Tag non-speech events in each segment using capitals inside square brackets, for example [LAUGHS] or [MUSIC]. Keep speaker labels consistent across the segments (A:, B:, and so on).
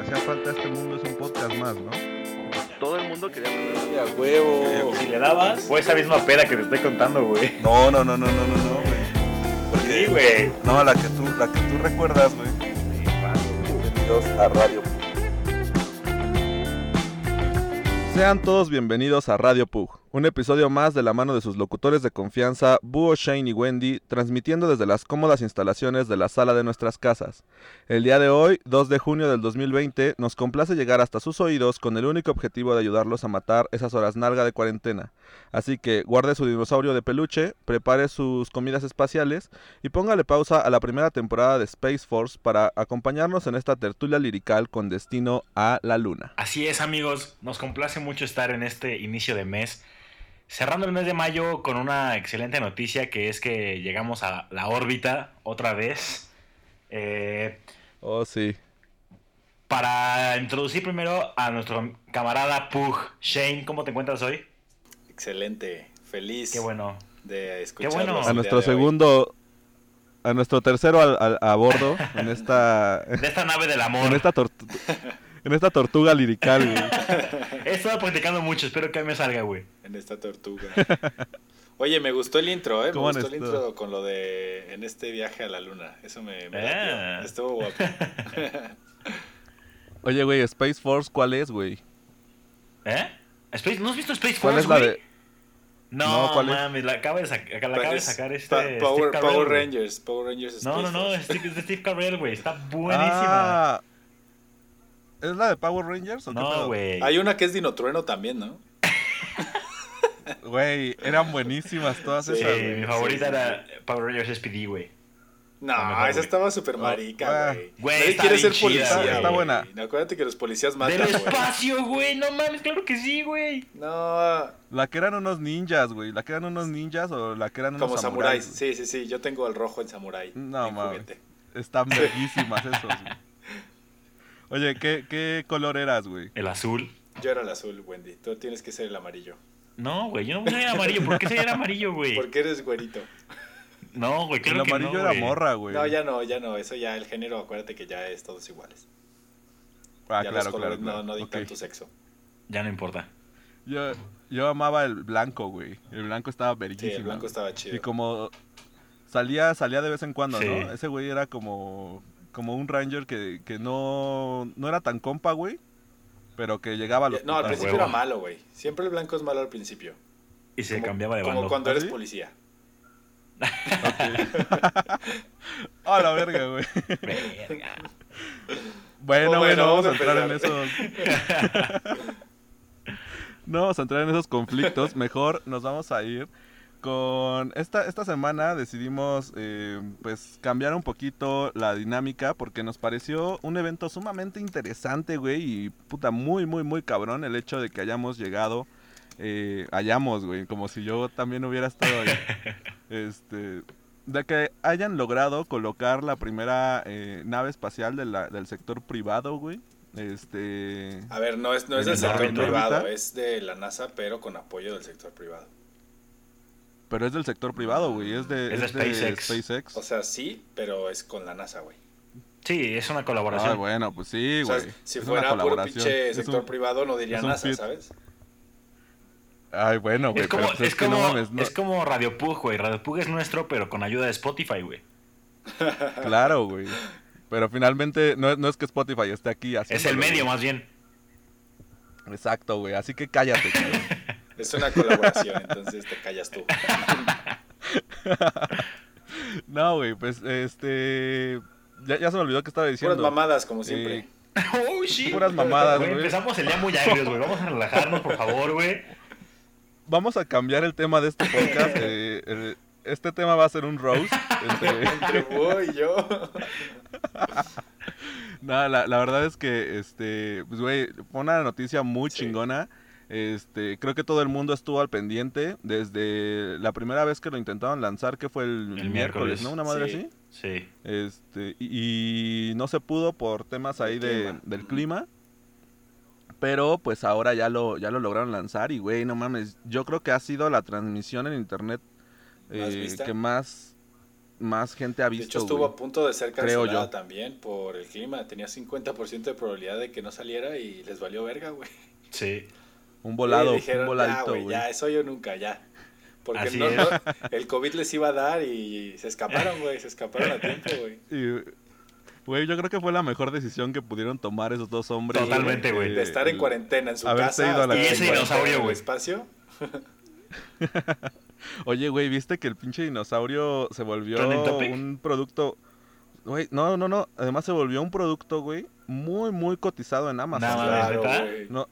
A: hacía falta este mundo es un podcast más, ¿no?
B: Todo el mundo quería aprender.
C: A huevo.
D: Si le dabas,
E: Fue esa misma pera que te estoy contando, güey.
A: No, no, no, no, no, no, no, güey.
E: Sí, güey.
A: No, la que tú, la que tú recuerdas, güey.
C: Bienvenidos a Radio
A: Sean todos bienvenidos a Radio Pug, un episodio más de la mano de sus locutores de confianza, Búho, Shane y Wendy, transmitiendo desde las cómodas instalaciones de la sala de nuestras casas. El día de hoy, 2 de junio del 2020, nos complace llegar hasta sus oídos con el único objetivo de ayudarlos a matar esas horas nalga de cuarentena. Así que guarde su dinosaurio de peluche, prepare sus comidas espaciales y póngale pausa a la primera temporada de Space Force para acompañarnos en esta tertulia lirical con destino a la luna.
E: Así es, amigos. Nos complace mucho estar en este inicio de mes. Cerrando el mes de mayo con una excelente noticia que es que llegamos a la órbita otra vez. Eh,
A: Oh, sí.
E: para introducir primero a nuestro camarada Pug. Shane, ¿cómo te encuentras hoy?
C: Excelente. Feliz
E: Qué bueno.
C: de escucharlos
E: bueno.
C: el
E: A
A: a
C: día
A: nuestro
C: de hoy.
A: segundo, a nuestro tercero al- al- a bordo en esta, [LAUGHS]
E: De esta nave del amor.
A: en esta, tortu- en esta tortuga lirical, güey.
E: He estado practicando mucho, espero que hoy me salga, güey.
C: En esta tortuga. [LAUGHS] Oye, me gustó el intro, ¿eh? Me
A: ¿Cómo han
C: gustó el
A: estado?
C: intro con lo de en este viaje a la luna. Eso me, me
E: Ah.
C: latió.
E: [LAUGHS]
C: Estuvo guapo.
A: Oye, güey, Space Force, ¿cuál es, güey?
E: ¿Eh? Space, ¿No has visto Space
A: ¿Cuál
E: Force,
A: es la
E: güey?
A: de?
E: No,
A: No, ¿cuál es?
E: mames, la acaba de, sac- la acaba de
C: Pareces
E: sacar este...
C: Pa-
E: Steve
C: Power,
E: Carell,
C: Power
E: güey.
C: Rangers, Power Rangers
E: No, no,
C: Space
E: no, este-
C: Force.
E: es de es de Steve Carell, güey. Está buenísima.
A: Ah, ¿Es la de Power Rangers o qué
E: no,
A: pedo?
E: güey. Eh,
C: Hay una que es Dinotrueno también, ¿no?
A: Güey, eran buenísimas todas
C: Sí.
A: esas.
E: Eh,
A: güey.
E: mi favorita
C: sí, sí.
E: era Power Rangers SPD, güey.
C: No,
E: La mejor,
C: esa
E: güey.
C: estaba súper
A: Ah,
C: marica, güey.
E: güey,
C: Nadie
E: está
C: quiere
E: bien
C: ser
E: chida,
C: policía.
E: güey.
A: Está buena.
C: güey. Acuérdate que los policías matan,
E: Del
C: güey.
E: espacio, güey. No mames, claro que sí, güey.
C: No,
A: La que eran unos ninjas, güey. La que eran unos ninjas o la que eran unos
C: como samuráis.
A: samuráis. güey.
C: Sí, sí, sí. Yo tengo el rojo en samurái.
A: No,
C: en
A: mames.
C: juguete.
A: Están bellísimas esos, güey. Oye, ¿qué, ¿qué color eras, güey?
E: El azul.
C: Yo era el azul, Wendy. Tú tienes que ser el amarillo.
E: No, güey, yo no voy a ir amarillo. ¿Por qué sería el amarillo, güey?
C: Porque eres güerito.
E: No, güey,
A: El
E: claro que no.
A: amarillo era
E: güey.
A: morra, güey.
C: No, ya no, ya no. Eso ya, el género, acuérdate que ya es todos iguales.
A: Ah, claro,
C: ya los
A: claro,
C: colores
A: claro.
C: no, no dictan
A: Ok.
C: tu sexo.
E: Ya no importa.
A: Yo, yo amaba el blanco, güey. El blanco estaba
C: Sí,
A: verguísimo.
C: el blanco estaba chido.
A: Y como salía, salía de vez en cuando,
E: Sí.
A: ¿no? Ese güey era como, como un ranger que, que no, no era tan compa, güey. Pero que llegaba a los...
C: No, al
A: putazos.
C: principio
E: huevo.
C: era
A: [LAUGHS]
C: malo, güey. Siempre el blanco es malo al principio.
E: Y se
C: Como-
E: cambiaba de
C: Como
E: bando.
C: cuando
A: ¿Ah,
C: eres
A: sí?
C: policía.
A: [LAUGHS] A la verga, güey.
E: Verga.
A: Bueno,
C: Oh,
A: bueno,
C: bueno,
A: vamos a
C: vamos a
A: entrar en esos... [LAUGHS] no vamos a entrar en esos conflictos. Mejor nos vamos a ir con... Esta, esta semana decidimos eh, pues cambiar un poquito la dinámica porque nos pareció un evento sumamente interesante, güey. Y puta, muy, muy, muy cabrón el hecho de que hayamos llegado... eh, hayamos, güey, como si yo también hubiera estado
E: [LAUGHS]
A: ahí. Este, de que hayan logrado colocar la primera eh, nave espacial de la- del sector privado, güey. Este.
C: A ver, no es, no es
E: En
C: del
E: la
C: sector
E: órbita.
C: privado, es de la NASA, pero con apoyo del sector privado.
A: Pero es del sector privado, güey. Es de,
E: Es de SpaceX.
A: SpaceX.
C: O sea, sí, pero es con la NASA, güey.
E: Sí, es una colaboración.
A: ah, bueno, pues sí,
C: O
A: güey.
C: sea, si
A: Es una
C: fuera puro
A: colaboración.
C: pinche
A: Es
C: sector
A: un-
C: privado, no diría
A: es un
C: NASA,
A: fit.
C: ¿sabes?
A: Ay, bueno, güey.
E: es como,
A: pero pues
E: es,
A: que
E: como,
A: no mames, no-
E: es como Radio Pug, güey. Radio Pug es nuestro, pero con ayuda de Spotify, güey.
A: Claro, güey. Pero finalmente no, no es que Spotify esté aquí así.
E: Es el medio, más
C: [LAUGHS]
E: bien.
A: Exacto, güey. Así que cállate, cabrón.
C: Es una colaboración, entonces te callas
A: [LAUGHS]
C: tú.
A: No, güey, pues este. Ya, ya se me olvidó que estaba diciendo.
C: Puras mamadas, como siempre.
A: Eh,
E: Oh, shit.
A: Puras mamadas, güey.
E: Empezamos el día muy agrios, güey. Vamos a relajarnos, por favor, güey.
A: Vamos a cambiar el tema de este
C: [LAUGHS]
A: podcast. eh, eh, este tema va a ser un roast. [LAUGHS] este,
C: Entre Búho y yo.
A: no, la, la verdad es que, este, pues, güey, fue una noticia muy
C: Sí.
A: chingona. Este, creo que todo el mundo estuvo al pendiente desde la primera vez que lo intentaron lanzar, que fue el, miércoles,
E: miércoles,
A: ¿no? Una madre
C: sí.
A: así.
E: Sí.
A: Este, y, y no se pudo por temas ahí
C: El
A: de-
C: clima.
A: del clima. Pero pues ahora ya lo, ya lo lograron lanzar y güey, no mames, yo creo que ha sido la transmisión en internet
C: ¿Más
A: eh,
C: vista?
A: que más, más gente ha
C: De
A: visto.
C: hecho, estuvo
A: güey.
C: a punto de ser
A: Creo
C: cancelada
A: yo.
C: también por el clima. Tenía 50% de probabilidad de que no saliera y les valió verga, güey.
E: Sí.
A: Un volado,
C: [LAUGHS] Y eh, dijeron,
A: un
C: "Ya,
A: voladito,
C: güey,
A: güey.
C: ya, eso yo nunca, ya. Porque
E: Así
C: no-
E: es.
C: no- el COVID les iba a dar y se escaparon, güey. Se escaparon a tiempo,
A: [LAUGHS]
C: güey.
A: Y, Güey, yo creo que fue la mejor decisión que pudieron tomar esos dos hombres.
E: Totalmente, güey.
A: Eh,
C: De estar en
A: el-
C: cuarentena en su
A: haberse
C: casa.
A: ido a la
C: estar en
E: Y ese
C: cuarentena
E: dinosaurio,
C: en el
E: güey.
C: espacio.
A: Oye, güey, ¿viste que el pinche dinosaurio se volvió
E: ¿Trending topic?
A: un producto? Güey, no, no, no. Además se volvió un producto, güey, muy, muy cotizado en Amazon.
E: No mames,
C: Claro,
E: ¿neta?
C: güey.
A: No,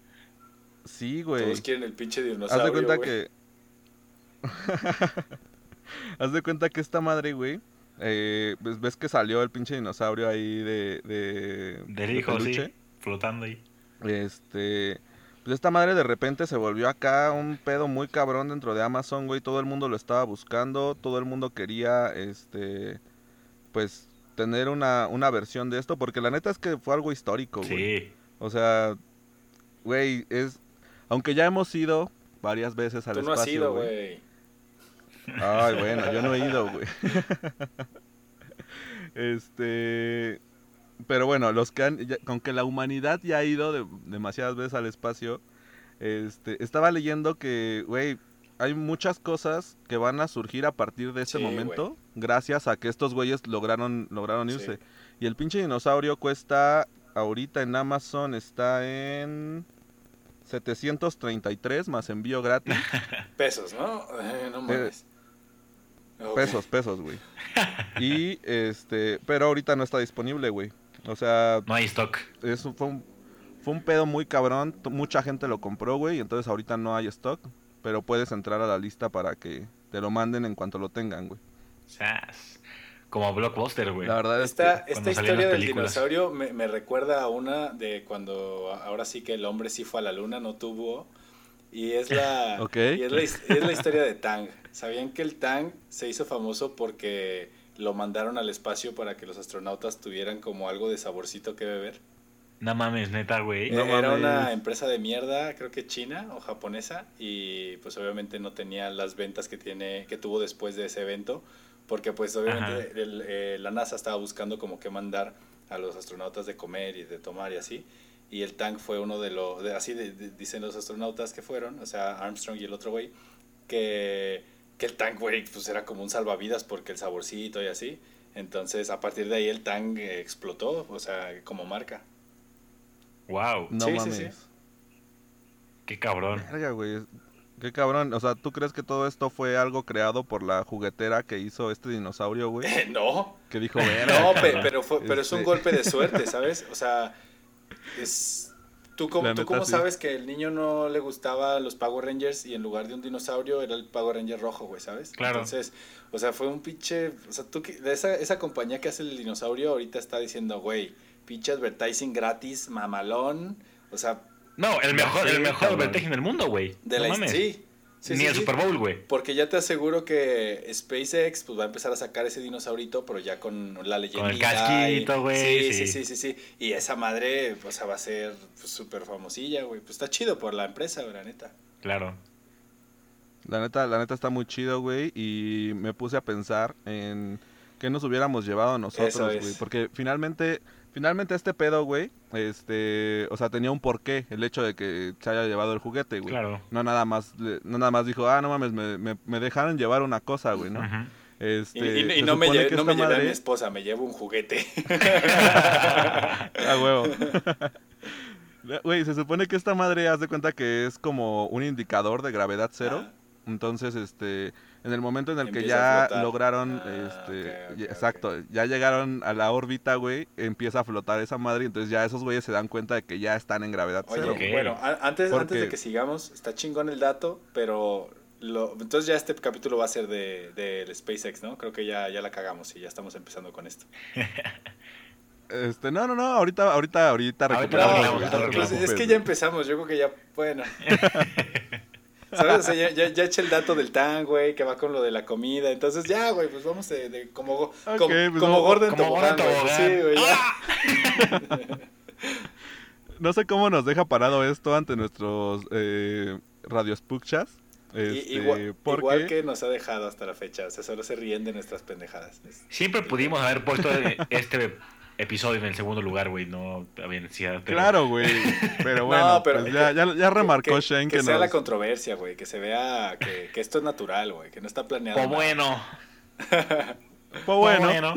A: sí, güey.
C: Todos quieren el pinche dinosaurio,
A: Haz de cuenta
C: güey.
A: que... [LAUGHS] Haz de cuenta que esta madre, güey, eh, ves, ves que salió el pinche dinosaurio ahí de... de
E: Del
A: de
E: hijo,
A: peluche?
E: sí. Flotando ahí.
A: Este, pues esta madre de repente se volvió acá un pedo muy cabrón dentro de Amazon, güey. Todo el mundo lo estaba buscando, todo el mundo quería, este, pues tener una, una versión de esto, porque la neta es que fue algo histórico, güey.
E: Sí.
A: O sea, güey, es, aunque ya hemos ido varias veces al
C: Tú no
A: espacio,
C: has ido,
A: güey.
C: güey.
A: Ay, bueno, yo no he ido, güey. Este. Pero bueno, los que han. ya- con que la humanidad ya ha ido de- demasiadas veces al espacio. Este. Estaba leyendo que, güey, hay muchas cosas que van a surgir a partir de ese
C: Sí,
A: momento. Gracias a que estos güeyes lograron, lograron
C: Sí.
A: irse. Y el pinche dinosaurio cuesta. Ahorita en Amazon está en. 733 más envío gratis.
C: Pesos, ¿no? [LAUGHS] Eh, no mames. Ok.
A: Pesos, pesos, güey. Y este, pero ahorita no está disponible, güey. O sea,
E: No hay stock.
A: eso fue un, fue un pedo muy cabrón. t- Mucha gente lo compró, güey, y entonces ahorita no hay stock. Pero puedes entrar a la lista para que te lo manden en cuanto lo tengan, güey.
E: Sas. Como blockbuster, güey.
A: La verdad es
C: Esta,
A: que
E: este, Cuando
C: esta
E: salían
C: historia
E: las
C: del
E: películas.
C: dinosaurio me, me recuerda a una de cuando a- ahora sí que el hombre sí fue a la luna, no tuvo. Y es
E: [LAUGHS]
C: la,
A: Ok.
C: y es la, his- es la historia de Tang. ¿Sabían que el Tang se hizo famoso porque lo mandaron al espacio para que los astronautas tuvieran como algo de saborcito que beber?
E: No mames, neta, güey.
A: No
C: Eh, Era
A: mames.
C: una empresa de mierda, creo que china o japonesa, y pues obviamente no tenía las ventas que tiene, que tuvo después de ese evento, porque pues obviamente el, eh, la NASA estaba buscando como que mandar a los astronautas de comer y de tomar y así, y el tank fue uno de los, de- así de- de- dicen los astronautas que fueron, o sea Armstrong y el otro güey, que, que el tank güey pues era como un salvavidas porque el saborcito y así, entonces a partir de ahí el tank eh, explotó, o sea como marca. [LAUGHS]
E: Wow.
A: no
C: Sí, sí,
A: mames.
C: sí.
E: Qué cabrón.
A: Verga, güey. Qué cabrón. O sea, ¿tú crees que todo esto fue algo creado por la juguetera que hizo este dinosaurio, [LAUGHS] güey?
C: no.
A: Que dijo, verga.
E: [LAUGHS]
C: No,
A: cabrón.
C: pe- pero, fue- pero es un
A: Este-
C: golpe de suerte, ¿sabes? O sea, es... ¿Tú cómo,
A: La
C: tú
A: neta,
C: cómo
A: sí.
C: sabes que el niño no le gustaba los Power Rangers y en lugar de un dinosaurio era el Power Ranger rojo, güey, ¿sabes?
E: Claro.
C: Entonces, o sea, fue un pinche... O sea, tú, que- de esa, esa compañía que hace el dinosaurio ahorita está diciendo, güey, pinche advertising gratis, mamalón, o sea,
E: No, el mejor, el mejor
A: cabrón.
E: advertising del mundo, güey.
C: de
E: no
C: la...
E: mames.
C: Sí, sí,
E: Ni
C: sí,
E: el
C: sí.
E: Super Bowl, güey.
C: Porque ya te aseguro que SpaceX pues va a empezar a sacar ese dinosaurito, pero ya con la leyenda.
E: casquito, güey,
C: Sí, sí, sí,
E: sí.
C: sí, sí. Y esa madre, o sea, va a ser pues, súper famosilla, güey. Pues está chido por la empresa, güey, la neta.
E: Claro.
A: La neta, la neta está muy chido, güey, y me puse a pensar en qué nos hubiéramos llevado nosotros,
C: Eso es.
A: güey, porque finalmente, finalmente este pedo, güey, este, o sea, tenía un porqué el hecho de que se haya llevado el juguete, güey.
E: Claro.
A: No nada más, le- no nada más dijo, ah, no mames, me, me- me dejaron llevar una cosa, güey, ¿no?
E: Ujú.
A: Este,
C: Y, y- y
A: se
C: no me,
A: supone
C: llevé,
A: que
C: no me
A: esta
C: llevé a mi
A: madre-
C: esposa, me llevo
A: [LAUGHS]
C: un juguete.
A: Ah, huevo. [LAUGHS] Güey, se supone que esta madre haz de cuenta que es como un indicador de gravedad cero.
C: Ajá.
A: Entonces, este, en el momento en el que
C: Empieza a
A: ya
C: flotar.
A: lograron,
C: Ah,
A: este,
C: ok, ok,
A: ya- exacto, ya llegaron a la órbita, güey, empieza a flotar esa madre, y entonces ya esos güeyes se dan cuenta de que ya están en gravedad
C: Oye,
A: cero.
E: Ok.
C: bueno, a- antes, antes
A: Porque-
C: de que sigamos, está chingón el dato, pero lo, entonces ya este capítulo va a ser de, del SpaceX, ¿no? Creo que ya, ya la cagamos y ya estamos empezando con esto.
A: Este, no, no, no, ahorita, ahorita, ahorita
E: Ahorita
A: recuperamos,
E: arreglamos,
A: güey,
E: ahorita
A: no te
E: arreglamos.
C: Pues,
A: preocupes,
C: es que
A: güey.
C: ya empezamos, yo creo que ya,
A: [LAUGHS]
C: bueno. ¿Sabes? O sea, ya, ya, ya eché el dato del tan, güey, que va con lo de la comida. Entonces, ya, güey, pues vamos de, de- como, go-
A: Ok,
C: como,
A: pues
C: como
A: no,
C: Gordon
E: como
C: Tobogán.
E: Gordon
C: güey.
E: Tobogán.
C: Sí, güey, ya.
A: Ah. No sé cómo nos deja parado esto ante nuestros eh, radiospuchas, Este,
C: Y- igual,
A: porque...
C: igual que nos ha dejado hasta la fecha. O sea, solo se ríen de nuestras pendejadas. Es-
E: Siempre pudimos haber puesto este episodio en el segundo lugar, güey. No había necesidad. pero-
A: Claro,
C: [LAUGHS]
A: güey. Pero bueno,
C: pero
A: pues
C: es
A: ya,
C: que-
A: ya, ya remarcó
C: que,
A: Shane
C: que
A: que,
C: sea
A: nos-
C: la controversia, güey. Que se vea que, que esto es natural, güey. Que no está planeado.
E: O
C: nada.
E: bueno.
A: Pues
E: o
A: bueno,
E: bueno.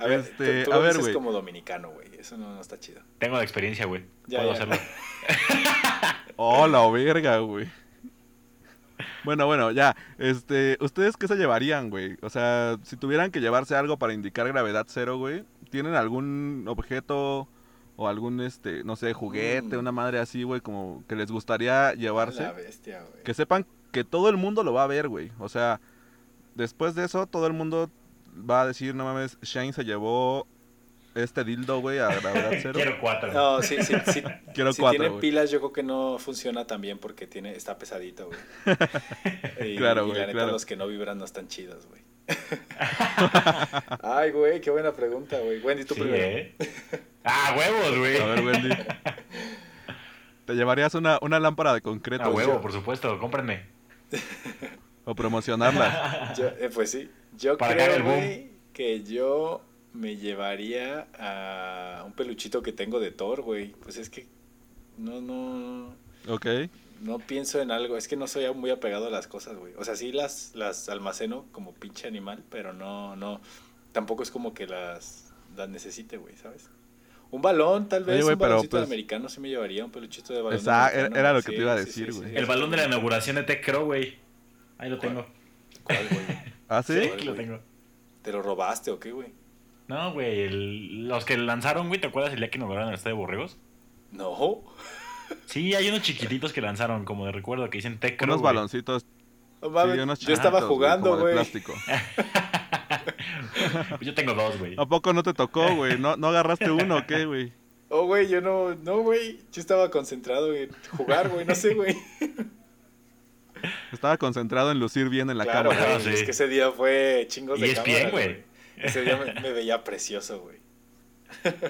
C: A ver,
A: Este,
C: tú, tú
A: a
C: lo
A: ver,
C: dices
A: güey.
C: como dominicano, güey. Eso no, no está chido.
E: Tengo la experiencia, güey.
C: Ya,
E: Puedo
C: ya. [LAUGHS]
E: hacerlo.
A: Oh, la verga, güey. Bueno, bueno, ya. Este, ¿ustedes qué se llevarían, güey? O sea, si tuvieran que llevarse algo para indicar gravedad cero, güey, ¿tienen algún objeto o algún, este, no sé, juguete,
C: Mm.
A: una madre así, güey, como que les gustaría
C: La
A: llevarse?
C: bestia, güey.
A: Que sepan que todo el mundo lo va a ver, güey. O sea, después de eso, todo el mundo va a decir, no mames, Shane se llevó este dildo, güey, a
E: [LAUGHS]
A: gravedad cero.
E: Quiero cuatro.
C: No, sí, sí, sí.
A: [LAUGHS] Quiero
C: si
A: cuatro,
C: tiene
A: güey.
C: pilas, yo creo que no funciona tan bien porque tiene, está pesadito,
A: [LAUGHS]
C: güey. Y-
A: Claro,
C: y
A: güey,
C: la neta,
A: claro.
C: los que no vibran no están chidos,
A: [LAUGHS]
C: güey. Ay, güey, qué buena pregunta, güey. Wendy, tú
E: Sí,
C: primero.
E: ¿eh? Ah, huevos, güey.
A: A ver,
E: [LAUGHS]
A: Wendy. Te llevarías una, una lámpara de concreto.
E: A
A: güey?
E: huevo, por supuesto, cómprenme.
A: O promocionarla.
C: Yo- eh, pues sí, yo
E: Para que haga
C: creo,
E: el boom.
C: güey, que yo me llevaría a un peluchito que tengo de Thor, güey. Pues es que no, no,
A: Ok.
C: no pienso en algo. Es que no soy muy apegado a las cosas, güey. O sea, sí las, las almaceno como pinche animal, pero no, no. Tampoco es como que las, las necesite, güey, ¿sabes? Un balón, tal
A: Oye,
C: vez,
A: güey,
C: un
A: pero,
C: baloncito de
A: pues,
C: americano sí me llevaría, un peluchito de balón. de
A: Exacto,
C: americano,
A: era
C: güey.
A: lo que te iba a decir, güey.
E: El balón de la inauguración de Tech Crow, güey. Ahí lo tengo.
C: ¿Cuál, güey?
A: ¿Ah, sí?
E: Aquí lo tengo.
C: ¿Te lo robaste o qué, güey?
E: No, güey, el- los que lanzaron, güey, ¿te acuerdas el día que inauguraron el estadio de Borregos?
C: No.
E: Sí, hay unos chiquititos que lanzaron, como de recuerdo, que dicen Tech Crow.
A: unos
E: güey.
A: baloncitos.
C: No
A: sí,
C: mames,
A: unos
C: yo estaba
A: chiquitos,
C: jugando,
A: como de
C: güey.
A: plástico.
E: Pues Yo tengo dos, güey.
A: ¿A poco no te tocó, güey? ¿No, ¿No agarraste uno o qué, güey?
C: Oh, güey, yo no, no, güey. Yo estaba concentrado en jugar, güey. No sé, güey.
A: Estaba concentrado en lucir bien en la
C: claro,
A: cámara.
C: güey.
E: sí.
C: Es que ese día fue chingos de
E: Y es bien,
C: cámara,
E: güey.
C: Ese día me, me veía precioso, güey.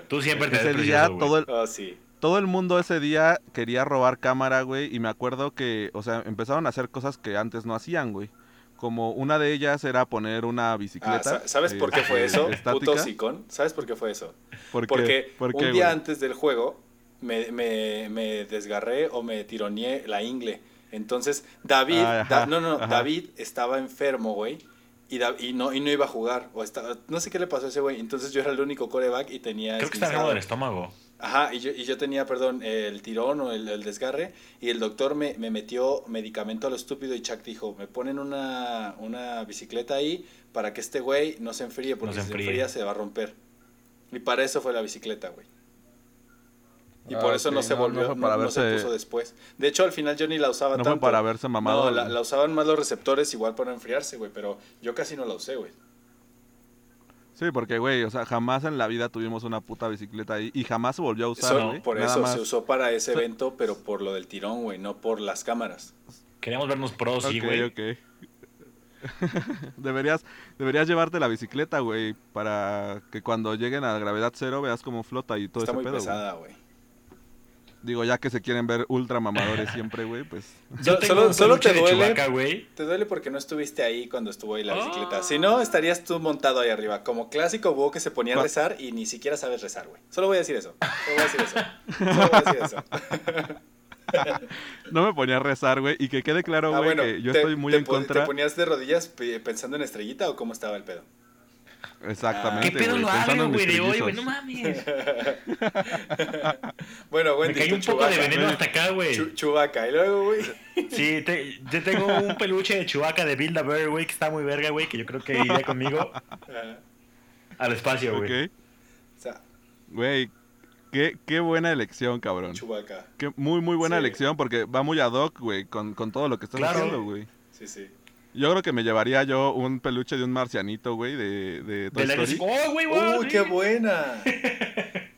E: Tú siempre te
A: Ese
E: ves
A: día
E: precioso, güey.
A: todo el,
C: Oh, sí.
A: todo el mundo ese día quería robar cámara, güey, y me acuerdo que, o sea, empezaron a hacer cosas que antes no hacían, güey. Como una de ellas era poner una
C: Ah,
A: bicicleta.
C: sa- ¿Sabes por qué fue
A: eh,
C: eso?
A: Estática.
C: Puto sicón. ¿Sabes por qué fue eso?
A: ¿Por qué?
C: Porque
A: ¿Por qué,
C: un día
A: güey?
C: antes del juego me, me- me desgarré o me tironeé la ingle. Entonces, David,
A: Ay, Ah, ajá,
C: Da- no, no, no,
A: ajá.
C: David estaba enfermo, güey. Y, Da- y no, y no iba a jugar. O estaba, no sé qué le pasó a ese güey. Entonces yo era el único coreback y tenía.
E: Creo que está
C: esguinzado.
E: enfermo del estómago.
C: Ajá, y yo, y yo tenía, perdón, el tirón o el, el desgarre, y el doctor me, me metió medicamento a lo estúpido y Chuck dijo, me ponen una, una bicicleta ahí para que este güey no se enfríe, porque
E: se
C: si se
E: enfríe.
C: enfría se va a romper. Y para eso fue la bicicleta, güey. Y por
A: Ah,
C: eso
A: ok,
C: no se
A: no-
C: volvió,
A: no
C: no,
A: fue para
C: no se
A: verse-
C: puso después. De hecho, al final yo ni la usaba
A: No
C: tanto.
A: fue para verse mamado.
C: No, la,
A: güey.
C: la usaban más los receptores igual para enfriarse, güey, pero yo casi no la usé, güey.
A: Sí, porque, güey, o sea, jamás en la vida tuvimos una puta bicicleta ahí y jamás se volvió a usar,
C: Eso-
A: güey.
C: por
A: Nada
C: eso
A: más.
C: se usó para ese
A: So-
C: evento, pero por lo del tirón, güey, no por las cámaras.
E: Queríamos vernos pros, sí,
A: Ok, [LAUGHS]
E: güey.
A: ok. deberías, deberías llevarte la bicicleta, güey, para que cuando lleguen a gravedad cero veas cómo flota y todo
C: Está
A: ese
C: muy
A: pedo, güey.
C: pesada, güey.
A: Digo, ya que se quieren ver ultra mamadores siempre, güey, pues...
E: Yo
C: Solo-
E: tengo
C: solo-
E: un
C: solo
E: peluche
C: te
E: de
C: duele.
E: Chewbacca, güey.
C: Te duele porque no estuviste ahí cuando estuvo ahí la
E: Ah.
C: bicicleta. Si no, estarías tú montado ahí arriba, como clásico búho que se ponía a
A: Cua-
C: rezar y ni siquiera sabes rezar, güey. Solo voy a decir eso. Solo voy a decir eso. Solo voy a
A: [LAUGHS]
C: decir eso. Ah,
A: No me ponía a rezar, güey, y que quede claro,
C: Ah,
A: güey,
C: bueno,
A: que yo
C: te-
A: estoy muy
C: te
A: en
C: pon- ¿Te
A: contra...
C: ponías de rodillas pe- pensando en estrellita o cómo estaba el pedo?
A: Exactamente,
E: ¿Qué pedo
A: güey,
E: lo
A: Ah, pensando
E: abren,
A: en mis
E: güey, de
A: trillizos.
E: hoy, güey? No mames.
C: Bueno,
E: Me
C: Wendy,
E: cayó
C: tú
E: un poco de
C: Chewbacca.
E: veneno hasta acá, güey.
C: Chu- Chewbacca. Y luego, güey.
E: Sí, te- yo tengo un peluche de Chewbacca de Build a Bear, güey, que está muy verga, güey, que yo creo que iría conmigo
C: Ah,
E: al espacio, güey.
A: Ok,
C: o sea,
A: güey, qué, qué buena elección, cabrón.
C: Chewbacca.
A: Qué muy, muy buena
C: Sí.
A: elección porque va muy ad hoc, güey, con, con todo lo que estás
E: Claro.
A: haciendo, güey.
C: Sí, sí.
A: Yo creo que me llevaría yo un peluche de un marcianito, güey, de, de Toy
E: Del área
A: Story.
E: cinco- ¡Oh, güey, güey!
C: ¡Uy, ¡Uh,
E: [LAUGHS]
C: qué buena!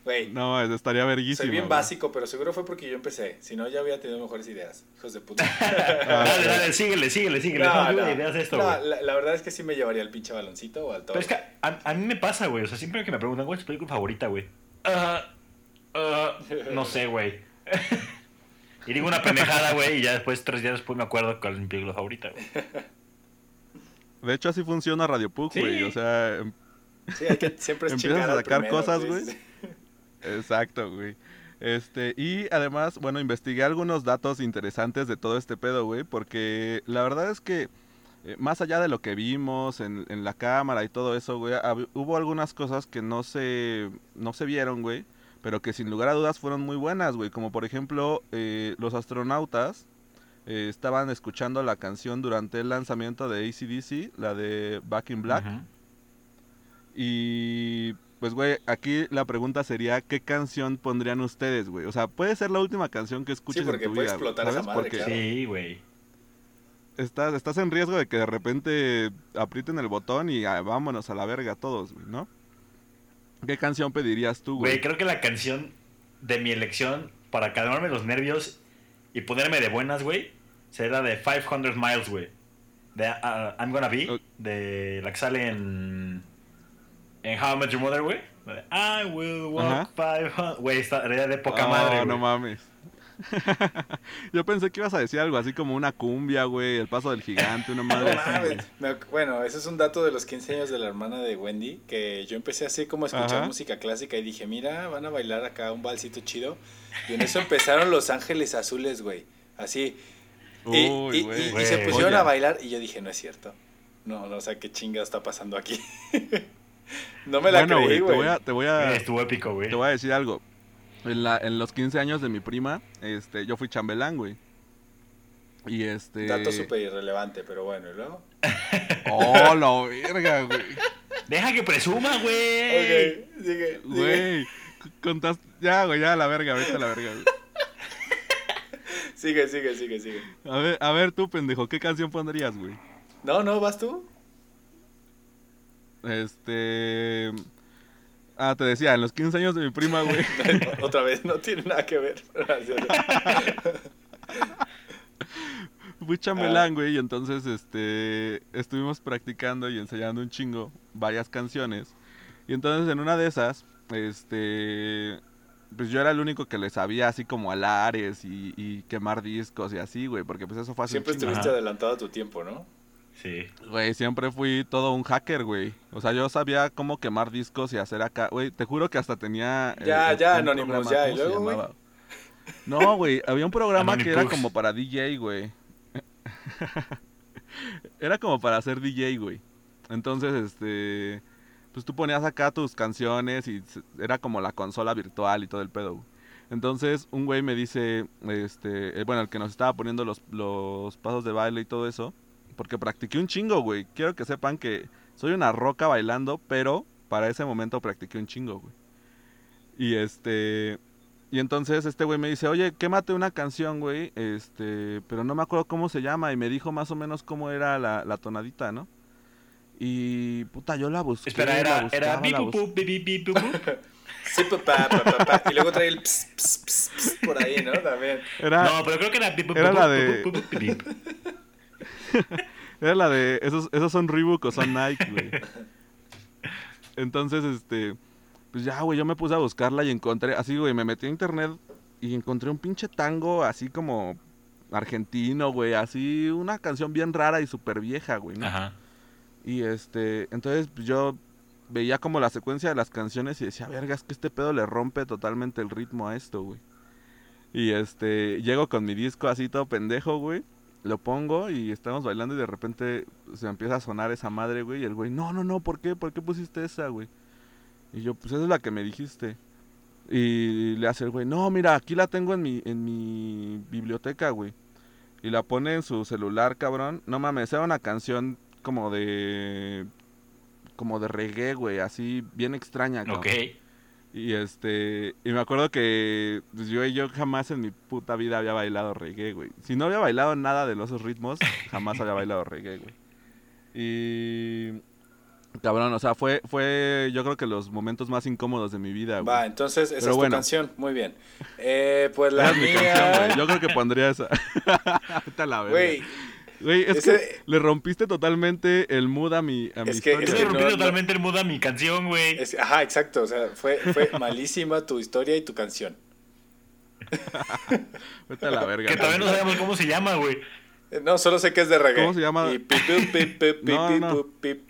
C: Güey,
A: No, eso estaría verguísimo.
C: soy bien
A: güey.
C: básico, pero seguro fue porque yo empecé. Si no, ya había tenido mejores ideas. Hijos de puta.
E: Dale, dale, síguele, síguele, síguele.
C: No,
E: Ah, No, no,
C: no.
E: ideas de esto,
C: No,
E: güey.
C: la, la verdad es que sí me llevaría el pinche baloncito o al todo.
E: Pero es que a, a mí me pasa, güey. O sea, siempre que me preguntan, ¿cuál es tu película favorita, güey? Ah, ah, no sé, güey. Y digo una pendejada, güey, y ya después, tres días después, me acuerdo cuál es mi película favorita, güey.
A: De hecho, así funciona Radio Pug, güey.
E: Sí.
A: O sea, em-
C: Sí, hay que siempre es
A: Empiezas
C: chingar
A: a
C: al
A: sacar
C: primero,
A: cosas, güey.
C: sí.
A: exacto, güey. Este, y además, bueno, investigué algunos datos interesantes de todo este pedo, güey, porque la verdad es que eh, más allá de lo que vimos en, en la cámara y todo eso, güey, hab- hubo algunas cosas que no se, no se vieron, güey, pero que sin lugar a dudas fueron muy buenas, güey, como por ejemplo eh, los astronautas eh, estaban escuchando la canción durante el lanzamiento de ACDC, la de Back in Black,
E: Ujú.
A: Y pues, güey, aquí la pregunta sería, ¿qué canción pondrían ustedes, güey? O sea, puede ser la última canción que escuches
C: porque
A: en tu
C: puede
A: vida.
C: explotar
A: ¿sabes?
C: esa madre,
A: Porque
C: claro.
E: Sí, güey.
A: estás, estás en riesgo de que de repente aprieten el botón y ah, vámonos a la verga todos, güey, ¿no? ¿Qué canción pedirías tú,
E: Güey,
A: güey?
E: creo que la canción de mi elección para calmarme los nervios y ponerme de buenas, güey, será la de 500 Miles, güey. De ah, I'm Gonna Be,
A: Ok.
E: de la que sale en, en How I Met Your Mother, güey. La de I will walk 500. Güey, está era de poca
A: Ah,
E: madre, güey.
A: no mames. [LAUGHS] Yo pensé que ibas a decir algo así como una cumbia, güey, el paso del gigante, una madre
C: No
A: así, güey.
C: mames. Me ac- bueno, ese es un dato de los 15 años de la hermana de Wendy, que yo empecé así como a escuchar
A: Ajá.
C: música clásica y dije, mira, van a bailar acá un balsito chido. Y en eso empezaron Los Ángeles Azules, güey. Así. Y,
A: Uy,
C: y-
A: güey.
C: y- y se
E: Güey.
C: pusieron
A: Joya.
C: a bailar y yo dije, no es cierto. No, no, o sea, qué chinga está pasando aquí. [LAUGHS] no me la
A: Bueno, güey,
C: creí,
A: te
C: güey.
A: voy a, te voy a,
E: Güey, Estuvo épico, güey.
A: Te voy a decir algo. En, la- en los 15 años de mi prima, este, yo fui chambelán, güey. Y este.
C: Dato súper irrelevante, pero bueno, y luego.
A: Oh, la
C: [LAUGHS]
A: verga, güey.
E: Deja que presuma, güey.
C: Ok, sigue, sigue.
A: Eh. Güey. c- Contaste. Ya, güey, ya, a la verga, vete a la verga, güey.
C: [LAUGHS] Sigue, sigue, sigue, sigue.
A: A ver, a ver tú, pendejo, ¿qué canción pondrías, güey?
C: No, no, vas tú. [LAUGHS]
A: Este. Ah, te decía, en los 15 años de mi prima, güey.
C: Otra vez, no tiene nada que ver. [LAUGHS] Gracias.
A: [LAUGHS] Fui chambelán, güey, y entonces este estuvimos practicando y ensayando un chingo varias canciones. Y entonces en una de esas, este pues yo era el único que le sabía así como alares y, y quemar discos y así, güey, porque pues eso fue así.
C: Siempre estuviste
E: Ajá.
C: adelantado a tu tiempo, ¿no?
E: Sí.
A: Güey, siempre fui todo un hacker, güey. O sea, yo sabía cómo quemar discos y hacer acá, güey, te juro que hasta tenía eh,
C: Ya,
A: eh,
C: ya,
A: un
C: Anonymous,
A: programa,
C: ya,
A: ¿cómo se
C: y luego, güey?
A: llamaba? No, güey, había un programa que era
E: Anonymous.
A: como para DJ, güey. [LAUGHS] era como para hacer DJ, güey. Entonces, este, pues tú ponías acá tus canciones y s- era como la consola virtual y todo el pedo. güey. Entonces, un güey me dice, este, eh, bueno, el que nos estaba poniendo los, los pasos de baile y todo eso, porque practiqué un chingo, güey. Quiero que sepan que soy una roca bailando, pero para ese momento practiqué un chingo, güey. Y este, y entonces este güey me dice, oye, quémate una canción, güey, este, pero no me acuerdo cómo se llama. Y me dijo más o menos cómo era la, la tonadita, ¿no? Y puta, yo la busqué.
E: Espera,
A: la
E: era,
A: buscaba,
E: era
A: la
E: bip,
A: bus-
E: bup, bup, bip, bip,
A: [LAUGHS]
E: bup, bup.
C: Sí, papá, papá, papá. Y luego trae el ps, ps, ps, ps por ahí, ¿no? También.
A: Era,
E: No, pero creo que era bip, bup,
A: Era
E: bup,
A: la
E: bup,
A: de-
E: bup, bup, bup, bup.
A: Era la de. Esos, esos son Reebok o son Nike, güey. Entonces, este. Pues ya, güey, yo me puse a buscarla y encontré. Así, güey, me metí a internet y encontré un pinche tango así como argentino, güey. Así, una canción bien rara y súper vieja, güey. ¿no?
E: Ajá.
A: Y este, entonces pues, yo veía como la secuencia de las canciones y decía, verga, es que este pedo le rompe totalmente el ritmo a esto, güey. Y este, llego con mi disco así todo pendejo, güey. Lo pongo y estamos bailando y de repente se empieza a sonar esa madre, güey. Y el güey, no, no, no, ¿por qué? ¿Por qué pusiste esa, güey? Y yo, pues esa es la que me dijiste. Y le hace el güey, no, mira, aquí la tengo en mi, en mi biblioteca, güey. Y la pone en su celular, cabrón. No mames, era una canción como de. como de reggae, güey, así bien extraña, cabrón.
E: Ok.
A: Y este. Y me acuerdo que pues, yo, yo jamás en mi puta vida había bailado reggae, güey. Si no había bailado nada de los ritmos, jamás había bailado reggae, güey. Y. Cabrón, o sea, fue, fue yo creo que los momentos más incómodos de mi vida,
C: Va,
A: güey.
C: entonces, esa
A: Pero
C: es
A: bueno.
C: tu canción. Muy bien. Eh, pues la
A: Esa es mi canción, güey.
C: mía.
A: Yo creo que pondría esa. [LAUGHS] Vete a la verga.
C: Güey,
A: Güey, es
C: ese-
A: que le rompiste totalmente el mood a mi, a mi
C: Es que-
A: historia,
E: Yo
C: es
E: le
C: que
A: güey.
E: rompí
C: no- no-
E: totalmente el mood a mi canción,
A: [LAUGHS]
E: güey.
C: es- ajá, exacto. O sea, fue, fue malísima tu historia y tu canción.
A: Vete a la verga.
E: Que todavía no
A: güey.
E: sabemos cómo se llama, güey.
C: Eh, No, solo sé que es de reggae.
A: ¿Cómo se llama?
C: Y pi, pi, pi, pi,
A: [LAUGHS]
C: pi,
A: No,
C: pi,
A: no.
C: pi, pi.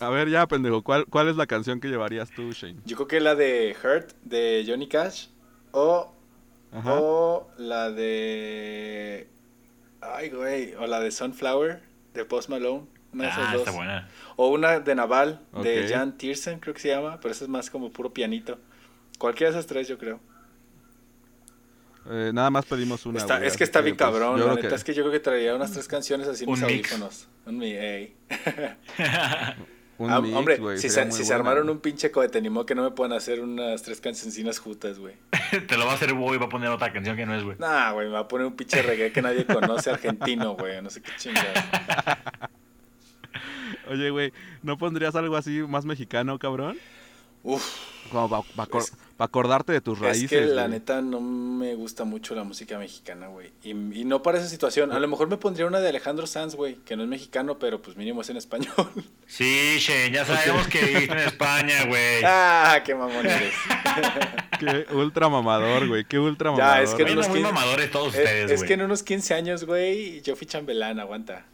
A: A ver, ya, pendejo, ¿cuál, ¿cuál es la canción que llevarías tú, Shane?
C: Yo creo que la de Hurt de Johnny Cash o,
A: Ajá.
C: o la de. Ay, güey. O la de Sunflower de Post Malone. Una de esas
E: Ah,
C: dos.
E: está buena. [LAUGHS]
C: O una de Naval
A: Ok.
C: de Jan Tiersen, creo que se llama. Pero esa es más como puro pianito. Cualquiera de esas tres, yo creo.
A: Eh, nada más pedimos una.
C: Está-
A: güey,
C: es
A: así
C: que está bien
A: pues,
C: cabrón.
A: yo
C: La
A: creo
C: neta es que yo creo que traería unas tres canciones así en
E: Un
C: mis
E: mix.
C: audífonos. Un mi- ey.
A: un
C: Ah,
A: mix,
C: hombre,
A: güey,
C: si,
A: sería
C: se,
A: muy
C: si se
A: buena,
C: armaron
A: güey.
C: un pinche cohete, ni modo que no me puedan hacer unas tres cancioncinas juntas, güey.
E: Te lo va a hacer Boy, va a poner otra canción que no es, güey.
C: Nah, güey, me va a poner un pinche reggae que nadie conoce argentino, güey. No sé qué chingada.
A: Oye, güey, ¿no pondrías algo así más mexicano, cabrón?
C: Uf,
A: Como para
C: Es-
A: acordarte de tus raíces.
C: es que la
A: güey.
C: neta no me gusta mucho la música mexicana, güey. Y, y no para esa situación. A lo mejor me pondría una de Alejandro Sanz, güey, que no es mexicano, pero pues mínimo es en español.
E: Sí, Shane, ya sabemos que
C: [LAUGHS]
E: viviste en España, güey.
C: ah, qué
E: [LAUGHS]
C: mamón eres.
A: Qué ultra mamador, güey. Qué ultra
C: Ya,
A: mamador.
C: es que
E: Bueno,
C: unos
E: muy
C: 15
E: mamadores todos
C: Es,
E: ustedes,
C: es
E: güey.
C: que en unos 15 años, güey, yo fui chambelán, aguanta.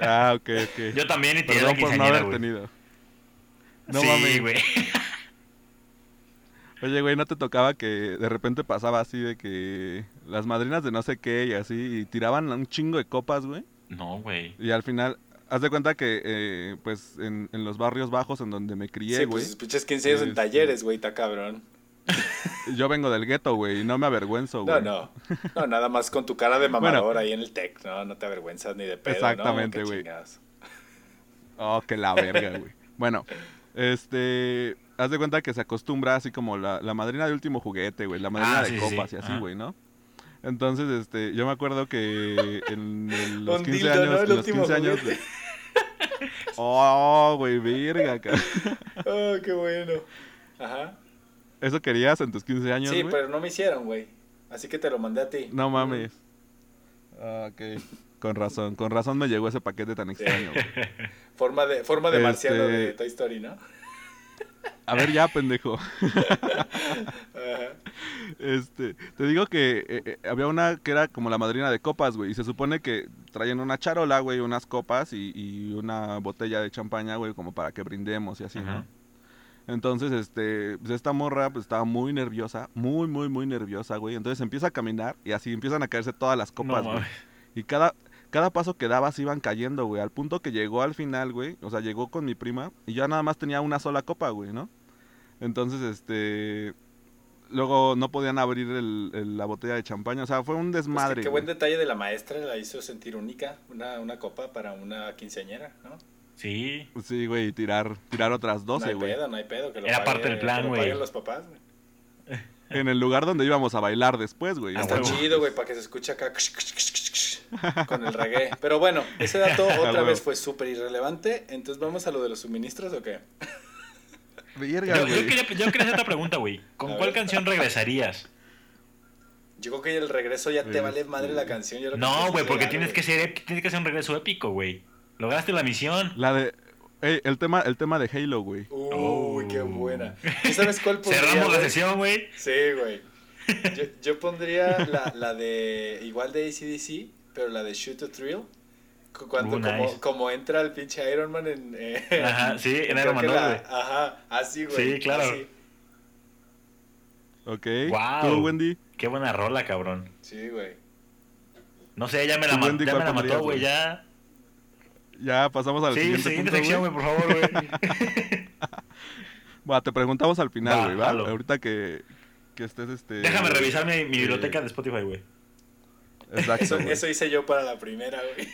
A: Ah, ok, ok.
E: Yo también y te la
A: Perdón por no
E: quinceañera,
A: haber
E: güey.
A: tenido. No
E: sí,
A: mames.
E: güey.
A: Oye, güey, ¿no te tocaba que de repente pasaba así de que las madrinas de no sé qué y así y tiraban un chingo de copas, güey?
E: No, güey.
A: Y al final, haz de cuenta que, eh, pues, en, en los barrios bajos en donde me crié,
C: sí,
A: güey,
C: pues pinches 15 años en
A: Este-
C: talleres, güey, está cabrón.
A: yo vengo del gueto, güey, y no me avergüenzo, oh, güey.
C: pues. No, no. No, nada más con tu cara
A: [LAUGHS]
C: de
A: Bueno.
C: mamador ahí en el tech, ¿no? No te avergüenzas ni de pedo, ¿no?
A: Exactamente,
C: Qué
A: güey.
C: chingados.
A: Oh, que la verga, güey. Bueno, este, haz de cuenta que se acostumbra así como la, la madrina de último juguete, güey, la madrina
E: Ah,
A: de
E: sí, sí,
A: copas
E: sí.
A: y así,
E: Ajá.
A: güey, ¿no? Entonces, este, yo me acuerdo que
C: [LAUGHS]
A: en el- los
C: Un
A: 15
C: dildo,
A: años,
C: ¿no? El
A: en los
C: último
A: 15 años
C: juguete.
A: de- Oh, güey, verga, cabrón.
C: Oh, qué bueno. Ajá.
A: [LAUGHS] ¿Eso querías en tus 15 años,
C: Sí,
A: güey?
C: pero no me hicieron, güey. Así que te lo mandé a ti.
A: No mames. Ah, ok. Con razón, con razón me llegó ese paquete tan extraño. güey.
C: Forma de, forma de
A: Este-
C: marciano de Toy Story, ¿no?
A: A ver ya, pendejo.
C: Ajá. Pues
A: Este, te digo que eh, eh, había una que era como la madrina de copas, güey. Y se supone que traían una charola, güey, unas copas y, y una botella de champaña, güey, como para que brindemos y así, ¿no?
E: Ajá.
A: Entonces, este, pues esta morra pues estaba muy nerviosa, muy, muy, muy nerviosa, güey. Entonces empieza a caminar y así empiezan a caerse todas las copas,
E: no
A: güey.
E: mames.
A: Y cada, cada paso que daba se iban cayendo, güey. Al punto que llegó al final, güey. O sea, llegó con mi prima y ya nada más tenía una sola copa, güey, ¿no? Entonces, este... Luego no podían abrir el- el- la botella de champaña. O sea, fue un
C: Pues
A: desmadre.
C: qué, qué buen
A: güey.
C: detalle de la maestra, la hizo sentir única. Una, una copa para una quinceañera, ¿no?
E: Sí.
A: Sí, güey, y tirar, tirar otras
C: no
A: 12,
C: hay
A: güey.
C: pedo, no hay pedo. Que lo
E: Era
C: pague-
E: parte del plan,
C: que lo
E: güey.
C: paguen los papás, güey.
A: En el lugar donde íbamos a bailar después, güey.
E: Ah,
A: Hasta
C: Está
E: huevo.
C: chido, güey, para que se escuche acá con el reggae. Pero bueno,
E: [LAUGHS]
C: ese dato
A: A
C: otra
A: huevo.
C: vez fue súper irrelevante. Entonces, ¿vamos a lo de los suministros o qué?
A: [LAUGHS] Verga,
E: Yo, yo
A: güey.
E: quería, yo quería hacer otra pregunta, güey. ¿Con
C: A
E: cuál
C: ver.
E: canción regresarías?
C: Yo creo que el regreso ya te
A: Eh,
C: vale madre la canción. yo creo que
E: No,
C: tienes
E: güey, porque
C: llegar,
E: tienes que
C: güey.
E: ser ép- tienes que hacer un regreso épico, güey. Lograste la misión.
A: La de... Ey, el tema, el tema de Halo, güey.
E: Oh.
C: Uy, qué buena. ¿Y sabes
E: [LAUGHS]
C: cuál pondría?
E: Cerramos la
C: güey?
E: sesión, güey.
C: Sí, güey. Yo, yo pondría la, la de. Igual de ACDC, pero la de Shoot to Thrill. cu- Cuando,
E: Uh,
C: como,
E: nice.
C: como entra el pinche Iron Man en. eh,
E: Ajá,
C: [LAUGHS]
E: sí, en
C: creo
E: Iron Man
C: que
E: 2,
C: la-
E: güey.
C: Ajá, así, güey.
E: Sí, claro.
C: así.
A: ¿Ok?
E: Guau.
A: ¿Tú, Wendy?
E: Qué buena rola, cabrón.
C: Sí, güey.
E: No sé, ya me la,
A: ¿Tú,
E: ma-
A: Wendy,
E: ya me
A: cuál
E: la mató,
A: pondrías,
E: güey,
A: güey?
E: ya.
A: Ya pasamos al
E: Sí, siguiente,
A: siguiente punto,
E: sección,
A: güey.
E: güey, por favor,
A: [LAUGHS]
E: güey.
A: Va, te preguntamos al final,
E: Va,
A: güey, ¿va?
E: jalo.
A: Ahorita que, que estés este...
E: Déjame revisar mi, mi
A: eh,
E: biblioteca de Spotify, güey.
A: Exacto,
C: [LAUGHS] Eso,
A: güey.
C: eso hice yo para la primera, güey.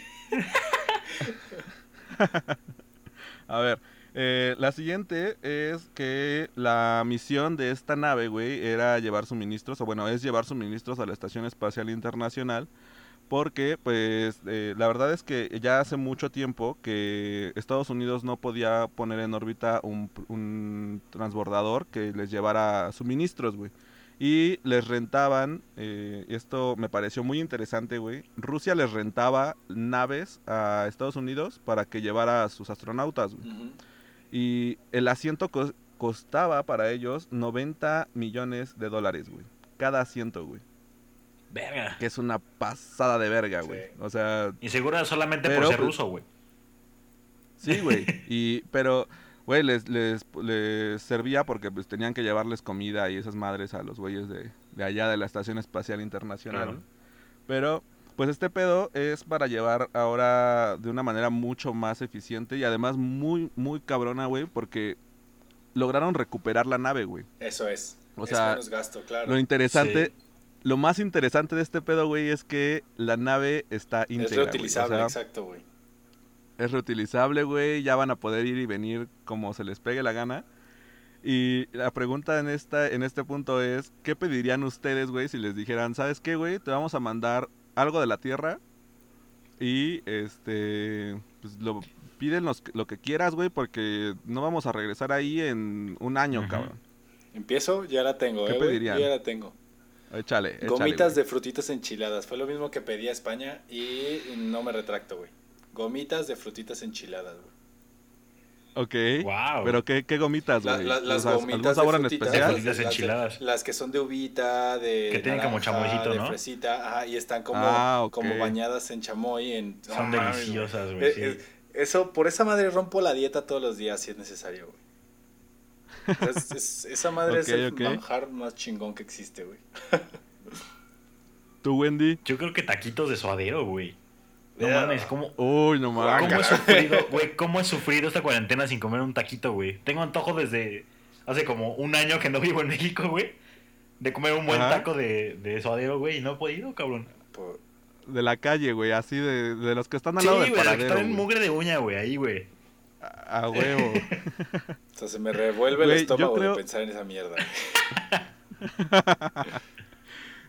A: A ver, eh, la siguiente es que la misión de esta nave, güey, era llevar suministros, o bueno, es llevar suministros a la Estación Espacial Internacional, porque, pues, eh, la verdad es que ya hace mucho tiempo que Estados Unidos no podía poner en órbita un, pr- un transbordador que les llevara suministros, güey. Y les rentaban, eh, y esto me pareció muy interesante, güey. Rusia les rentaba naves a Estados Unidos para que llevara a sus astronautas, güey.
C: Ujú.
A: Y el asiento co- costaba para ellos 90 millones de dólares, güey. Cada asiento, güey.
E: Verga.
A: Que es una pasada de verga,
C: Sí.
A: güey. O sea,
E: Y seguro solamente
A: Pero,
E: por ser
A: pues,
E: ruso, güey.
A: sí, güey. Y, pero, güey, les, les, les servía porque pues tenían que llevarles comida y esas madres a los güeyes de, de allá de la Estación Espacial Internacional.
E: Claro.
A: Pero, pues este pedo es para llevar ahora de una manera mucho más eficiente y además muy, muy cabrona, güey, porque lograron recuperar la nave, güey.
C: Eso es.
A: O
C: O
A: sea,
C: sea, menos gasto, claro.
A: Lo interesante,
E: Sí.
A: lo más interesante de este pedo, güey, es que la nave está íntegra.
C: es
A: güey. O
C: reutilizable,
A: sea,
C: exacto, güey.
A: es reutilizable, güey. Ya van a poder ir y venir como se les pegue la gana. Y la pregunta en, esta, en este punto es, ¿qué pedirían ustedes, güey, si les dijeran, ¿sabes qué, güey? Te vamos a mandar algo de la Tierra y, este, pues lo piden los- lo que quieras, güey, porque no vamos a regresar ahí en un año,
E: Ujú.
A: cabrón.
C: Empiezo, ya la tengo,
A: ¿Qué
C: ¿eh, güey?
A: pedirían?
C: Yo ya la tengo.
A: Échale, échale,
C: Gomitas
A: güey.
C: de frutitas enchiladas. Fue lo mismo que pedí a España y no me retracto, güey. Gomitas de frutitas enchiladas, güey.
A: Ok.
E: Wow.
A: Pero qué, qué gomitas,
C: La-
A: güey.
C: la-
A: O
C: las
A: sea,
C: gomitas
A: ¿Algún
C: de
A: sabor en
C: frutitas,
E: De
A: especial?
E: frutitas
C: las de-
E: enchiladas.
C: Las que son de uvita, de
E: Que tienen como chamoyito,
C: de
E: ¿no?
C: fresita, ajá, y están como,
A: Ah, ok.
C: como bañadas en chamoy, en
E: Son
C: No mames,
E: deliciosas,
C: güey.
E: güey.
C: Ah, Eh,
E: sí.
C: eh, eso, por esa madre rompo la dieta todos los días si es necesario, güey. O sea, es- es- esa madre es
A: Ok,
C: el
A: ok.
C: manjar más chingón que existe, güey.
A: ¿Tú, Wendy?
E: Yo creo que taquitos de suadero, güey. No
C: Yeah.
E: mames, ¿cómo,
A: Uy, no mames.
E: ¿Cómo he [LAUGHS] sufrido, güey? ¿Cómo he sufrido esta cuarentena sin comer un taquito, güey? Tengo antojo desde hace como un año que no vivo en México, güey. De comer un buen
A: Ajá.
E: taco de, de suadero, güey. Y no he podido, cabrón.
C: Por-
A: De la calle, güey, así de, de los que están al
E: sí,
A: lado
E: güey,
A: del
E: de los que
A: paradero.
E: están en
A: güey.
E: mugre de uña, güey. Ahí, güey.
A: A a
E: [LAUGHS]
A: huevo.
C: o sea, se me revuelve
A: Güey,
C: el
A: yo
C: estómago
A: creo-
C: de pensar en esa mierda. güey.
A: [LAUGHS]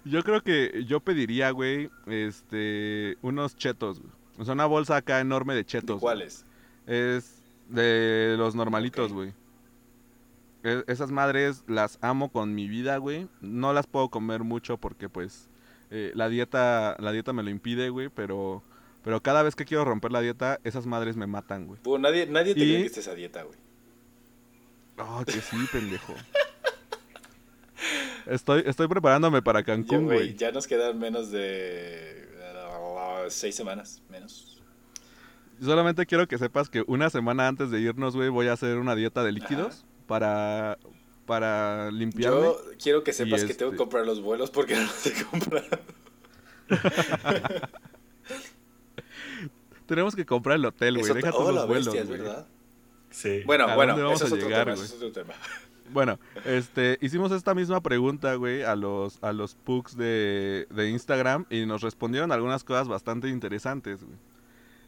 A: Yo creo que yo pediría, güey, este, unos chetos, güey. O sea, una bolsa acá enorme de chetos.
C: ¿De
A: güey.
C: cuáles?
A: Es de los normalitos,
C: Ok.
A: güey. E- Esas madres las amo con mi vida, güey. No las puedo comer mucho porque, pues, eh, la dieta, la dieta me lo impide, güey. Pero, pero cada vez que quiero romper la dieta, esas madres me matan, güey.
C: Bu, Pues, nadie, nadie te
A: Y-
C: cree que estés a dieta, güey.
A: Oh, que sí, pendejo. Estoy, estoy preparándome para
C: Ya,
A: Cancún,
C: güey,
A: güey.
C: ya nos quedan menos de uh, seis semanas, menos.
A: Solamente quiero que sepas que una semana antes de irnos, güey, voy a hacer una dieta de líquidos para, para limpiarme.
C: Yo quiero que sepas que tengo
A: este-
C: que comprar los vuelos porque [LAUGHS] no los he comprado.
A: Tenemos que comprar el hotel, güey.
C: Eso-
A: Deja
C: oh,
A: todos
C: la
A: los vuelos,
C: bestia, es
A: güey.
C: ¿verdad?
E: Sí.
A: ¿A
C: Bueno, bueno,
A: dónde vamos
C: eso es
A: a
C: otro
A: llegar,
C: tema,
A: güey?
C: eso es otro tema.
A: Bueno, este, hicimos esta misma pregunta, güey, a los, a los pugs de, de Instagram y nos respondieron algunas cosas bastante interesantes, güey.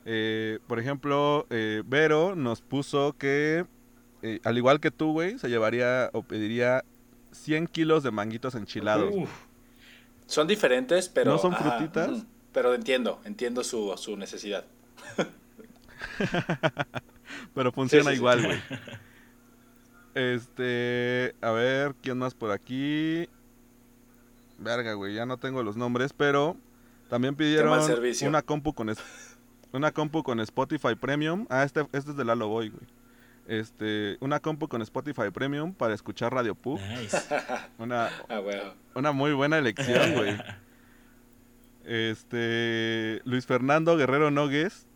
A: Eh, por ejemplo, eh, Vero nos puso que, eh, al igual que tú, güey, se llevaría o pediría 100 kilos de manguitos enchilados.
E: Uf.
C: Son diferentes, pero...
A: ¿No son frutitas?
C: ujú. Pero entiendo, entiendo su, su necesidad.
A: Pero funciona
C: Sí, sí, sí.
A: igual,
C: [LAUGHS]
A: güey. Este, a ver, ¿quién más por aquí? Verga, güey, ya no tengo los nombres, pero también pidieron
C: mal servicio.
A: una compu con es- [LAUGHS] una compu con Spotify Premium. Ah, este, este es de Lalo Boy, güey. Este, una compu con Spotify Premium para escuchar Radio
C: [LAUGHS]
A: Pug.
E: Nice.
A: Una,
C: Ah, bueno.
A: una muy buena elección,
C: [LAUGHS]
A: güey. Este, Luis Fernando Guerrero Nogues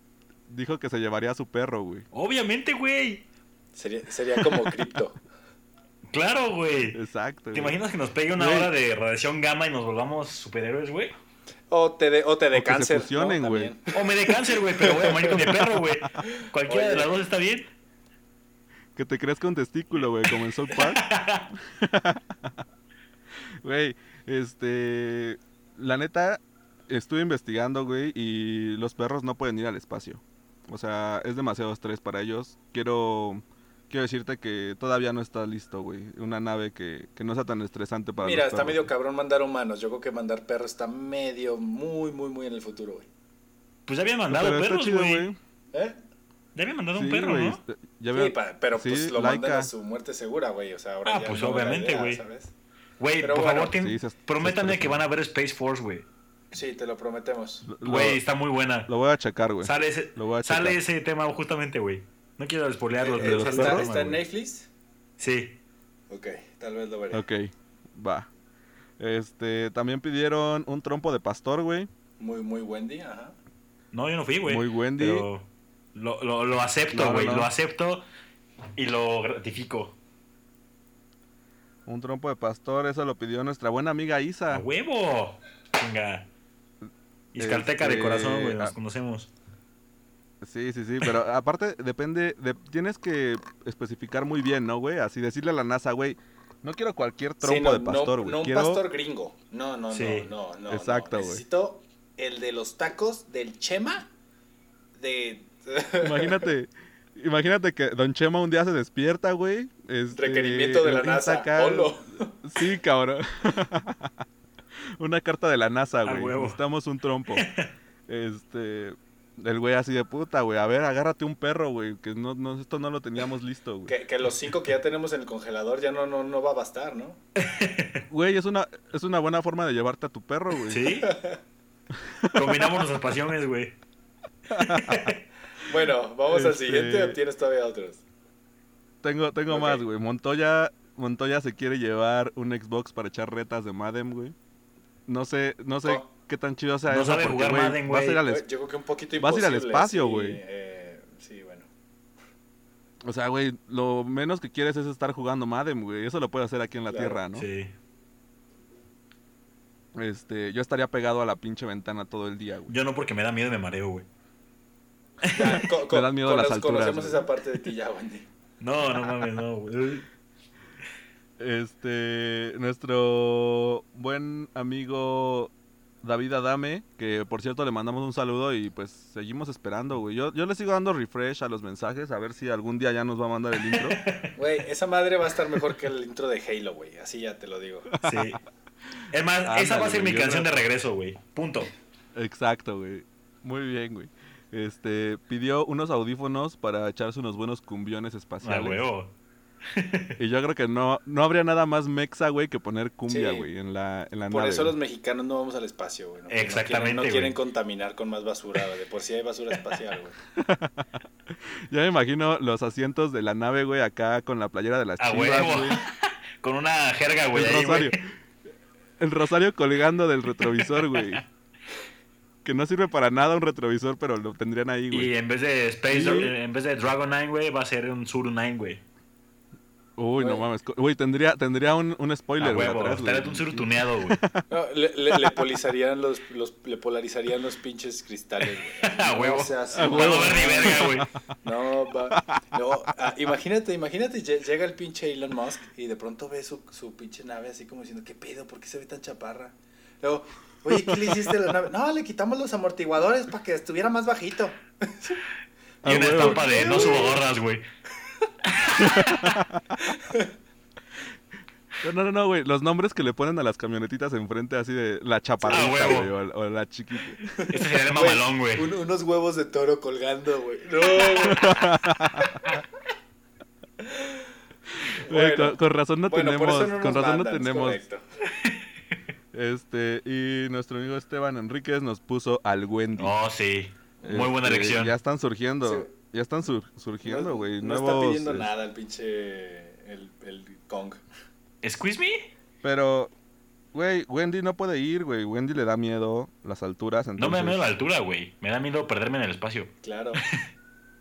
A: dijo que se llevaría a su perro, güey.
E: [LAUGHS] Obviamente, güey.
C: Sería, sería como cripto. [LAUGHS]
E: Claro, güey.
A: Exacro.
E: ¿Te
A: güey.
E: imaginas que nos pegue una
A: Güey.
E: hora de radiación gamma y nos volvamos superhéroes, güey?
C: O te de, o te de
A: O que se
C: cáncer. ¿no?
A: fusionen, güey.
C: También.
E: O me dé cáncer, güey, pero voy a morir con mi perro, güey. Cualquiera de
C: Oye.
E: las dos está bien.
A: Que te crezca un testículo, güey, como en South Park. [LAUGHS] Güey, este... La neta, estuve investigando, güey, y los perros no pueden ir al espacio. O sea, es demasiado estrés para ellos. Quiero... Quiero decirte que todavía no está listo, güey. Una nave que, que no sea tan estresante para
C: Mira,
A: los
C: está
A: perros.
C: medio cabrón mandar humanos. Yo creo que mandar perros está medio, muy, muy, muy en el futuro, güey.
E: Pues ya habían mandado
A: Pero está
E: perros,
A: chido,
E: güey.
A: güey.
C: ¿Eh?
E: Ya habían mandado
A: Sí,
E: un perro,
A: güey,
E: ¿no?
A: está- ya
C: Sí,
A: veo-
C: pa- pero
A: sí,
C: pues lo mandan
A: Laika.
C: a su muerte segura, güey. O sea, ahora
E: Ah,
C: ya
E: pues,
C: no era la
E: obviamente,
C: idea,
E: güey.
C: ¿sabes?
E: Güey,
C: Pero
E: por
C: bueno.
E: favor, tien-
A: Sí, se- se
E: prométanme
A: estresó.
E: que van a ver Space Force, güey.
C: Sí, te lo prometemos.
A: Lo- lo-
E: Güey, está muy buena.
A: Lo voy a checar, güey.
E: Sale ese,
A: lo voy a
E: sale
A: checar.
E: ese tema justamente, güey. No quiero despolearlos,
C: Eh,
E: pero
A: los
C: está
E: sale ese
A: perros?
E: tema,
C: está en
E: güey.
C: Netflix.
E: Sí.
C: Ok, tal vez lo veré.
A: Ok, va. Este, también pidieron un trompo de pastor, güey.
C: Muy, muy Wendy, ajá.
E: No, yo no fui, güey.
A: Muy Wendy.
E: Pero lo, lo- lo acepto,
A: No,
E: güey.
A: no.
E: Lo acepto y lo gratifico.
A: Un trompo de pastor, eso lo pidió nuestra buena amiga
E: ¡A
C: Ah,
A: Isa.
E: huevo! Venga. Iscalteca de
A: Este,
E: corazón, güey. Nos
A: ah.
E: conocemos.
A: Sí, sí, sí, pero
C: [LAUGHS]
A: aparte depende, de- tienes que especificar muy bien, ¿no, güey? Así decirle a la NASA, güey, no quiero cualquier trompo
C: Sí, no,
A: de
C: no-
A: pastor,
C: no,
A: güey.
C: un
A: quiero...
C: pastor gringo. No, no,
E: Sí.
C: no, no, no.
A: Exacto,
C: no.
A: güey.
C: Necesito el de los tacos del Chema de
A: [LAUGHS] Imagínate, imagínate que Don Chema un día se despierta, güey. este,
C: requerimiento de la
A: empieza
C: NASA.
A: acá-
C: Olo.
A: Sí, cabrón. [LAUGHS] Una carta de la NASA,
E: A
A: güey.
E: huevo.
A: Necesitamos un
E: [LAUGHS]
A: trompo. Este. El güey así de puta, güey. A ver, agárrate un perro, güey. Que no, no, esto no lo teníamos listo, güey.
C: Que, que los cinco que ya tenemos en el congelador ya no, no, no va a bastar, ¿no?
A: Güey, es una, es una buena forma de llevarte a tu perro, güey. [LAUGHS]
E: ¿Sí? Combinamos nuestras pasiones, güey.
C: Bueno, vamos al
A: Este-
C: siguiente o tienes todavía otros.
A: Tengo, tengo
C: Ok.
A: más, güey. Montoya, Montoya se quiere llevar un Xbox para echar retas de Madden, güey. No sé, no sé
C: Oh.
A: qué tan chido sea
E: No
A: eso
E: sabe
A: porque,
E: jugar
A: güey,
E: Madden,
A: vas a ir
E: güey.
A: al es-
C: Yo creo que un poquito
A: Vas a ir al
C: imposible.
A: espacio,
C: sí,
A: güey.
C: eh, sí, bueno.
A: O sea, güey, lo menos que quieres es estar jugando Madden, güey. Eso lo puedes hacer aquí en la
C: Claro.
A: tierra, ¿no?
E: Sí.
A: Este, yo estaría pegado a la pinche ventana todo el día, güey.
E: Yo no porque me da miedo y me mareo, güey.
A: [LAUGHS]
C: Ya, co- co-
A: Me dan miedo las
C: cono-
A: alturas,
C: Conocemos
A: güey.
C: esa parte de ti ya, Wendy.
E: No, no mames, no, güey.
A: Este, nuestro buen amigo David Adame, que por cierto le mandamos un saludo y pues seguimos esperando, güey. Yo, yo le sigo dando refresh a los mensajes, a ver si algún día ya nos va a mandar el [LAUGHS] intro.
C: Güey, esa madre va a estar mejor que el intro de Halo, güey. Así ya te lo digo.
E: Sí. Es más, esa
A: Ándale,
E: va a ser
A: güey,
E: mi
A: yo
E: canción
A: creo-
E: de regreso, güey. Punto.
A: Exacto, güey. Muy bien, güey. Este, pidió unos audífonos para echarse unos buenos cumbiones
E: A
A: espaciales.
E: huevo.
A: Y yo creo que no, no habría nada más mexa, güey, que poner cumbia,
C: Sí.
A: güey, en la, en la
C: Por
A: nave,
C: eso
A: güey.
C: los mexicanos no vamos al espacio, güey. No,
E: Exactamente,
C: No quieren, no
E: güey.
C: quieren contaminar con más basura, güey. De por sí hay basura espacial, güey.
A: Ya me imagino los asientos de la nave, güey, acá con la playera de las
E: A
A: chivas,
E: huevo.
A: güey.
E: Con una jerga, güey.
A: el
E: ahí, güey.
A: rosario. El rosario colgando del retrovisor, güey. Que no sirve para nada un retrovisor, pero lo tendrían ahí, güey.
E: Y en vez de Space,
A: Sí.
E: en vez de Dragon 9, güey, va a ser un Zuru 9, güey.
A: Uy, no
C: Güey.
A: mames. co- Güey, tendría, tendría un, un
E: A
A: spoiler, güey.
E: huevo.
A: atrás, güey.
E: Estaría un Zuru tuneado,
A: [LAUGHS]
E: güey.
C: No, le, le- le polizarían los, los- le polarizarían los pinches cristales, güey.
E: [LAUGHS] A
C: No
E: huevo.
C: seas
A: A
E: No
A: huevo.
E: va a ver ni verga,
A: [LAUGHS]
E: güey.
C: No, va. No, ah, imagínate, imagínate, lle- llega el pinche Elon Musk y de pronto ve su, su pinche nave así como diciendo, ¿qué pedo? ¿Por qué se ve tan chaparra? Luego, oye, ¿qué le hiciste a la nave? No, le quitamos los amortiguadores para que estuviera más bajito.
A: A
E: Y una
A: huevo.
E: estampa de no subo gorras, güey.
A: No, no, no, no, güey. Los nombres que le ponen a las camionetitas enfrente, así de la
E: A
A: chaparrita,
E: huevo.
A: güey, o, o la chiquita. Eh,
E: Este sería el mamalón, güey.
C: Un- unos huevos de toro colgando, güey. No, güey.
A: Güey,
C: [LAUGHS] Bueno.
A: con, con razón no
C: Bueno, por
A: tenemos.
C: eso no nos
A: con razón
C: mandan,
A: no
C: es
A: tenemos.
C: correcto.
A: Este, y nuestro amigo Esteban Enríquez nos puso al Wendy.
E: Oh, sí. Muy buena
A: Este,
E: elección.
A: Ya están surgiendo,
C: Sí.
A: ya están sur- surgiendo, güey.
C: No, no
A: nuevos, este
C: está pidiendo
A: es-
C: nada el pinche el, el Kong.
E: ¿Squeeze me?
A: Pero, güey, Wendy no puede ir, güey. Wendy le da miedo las alturas. Entonces...
E: No me da miedo la altura, güey. Me da miedo perderme en el espacio.
C: Claro.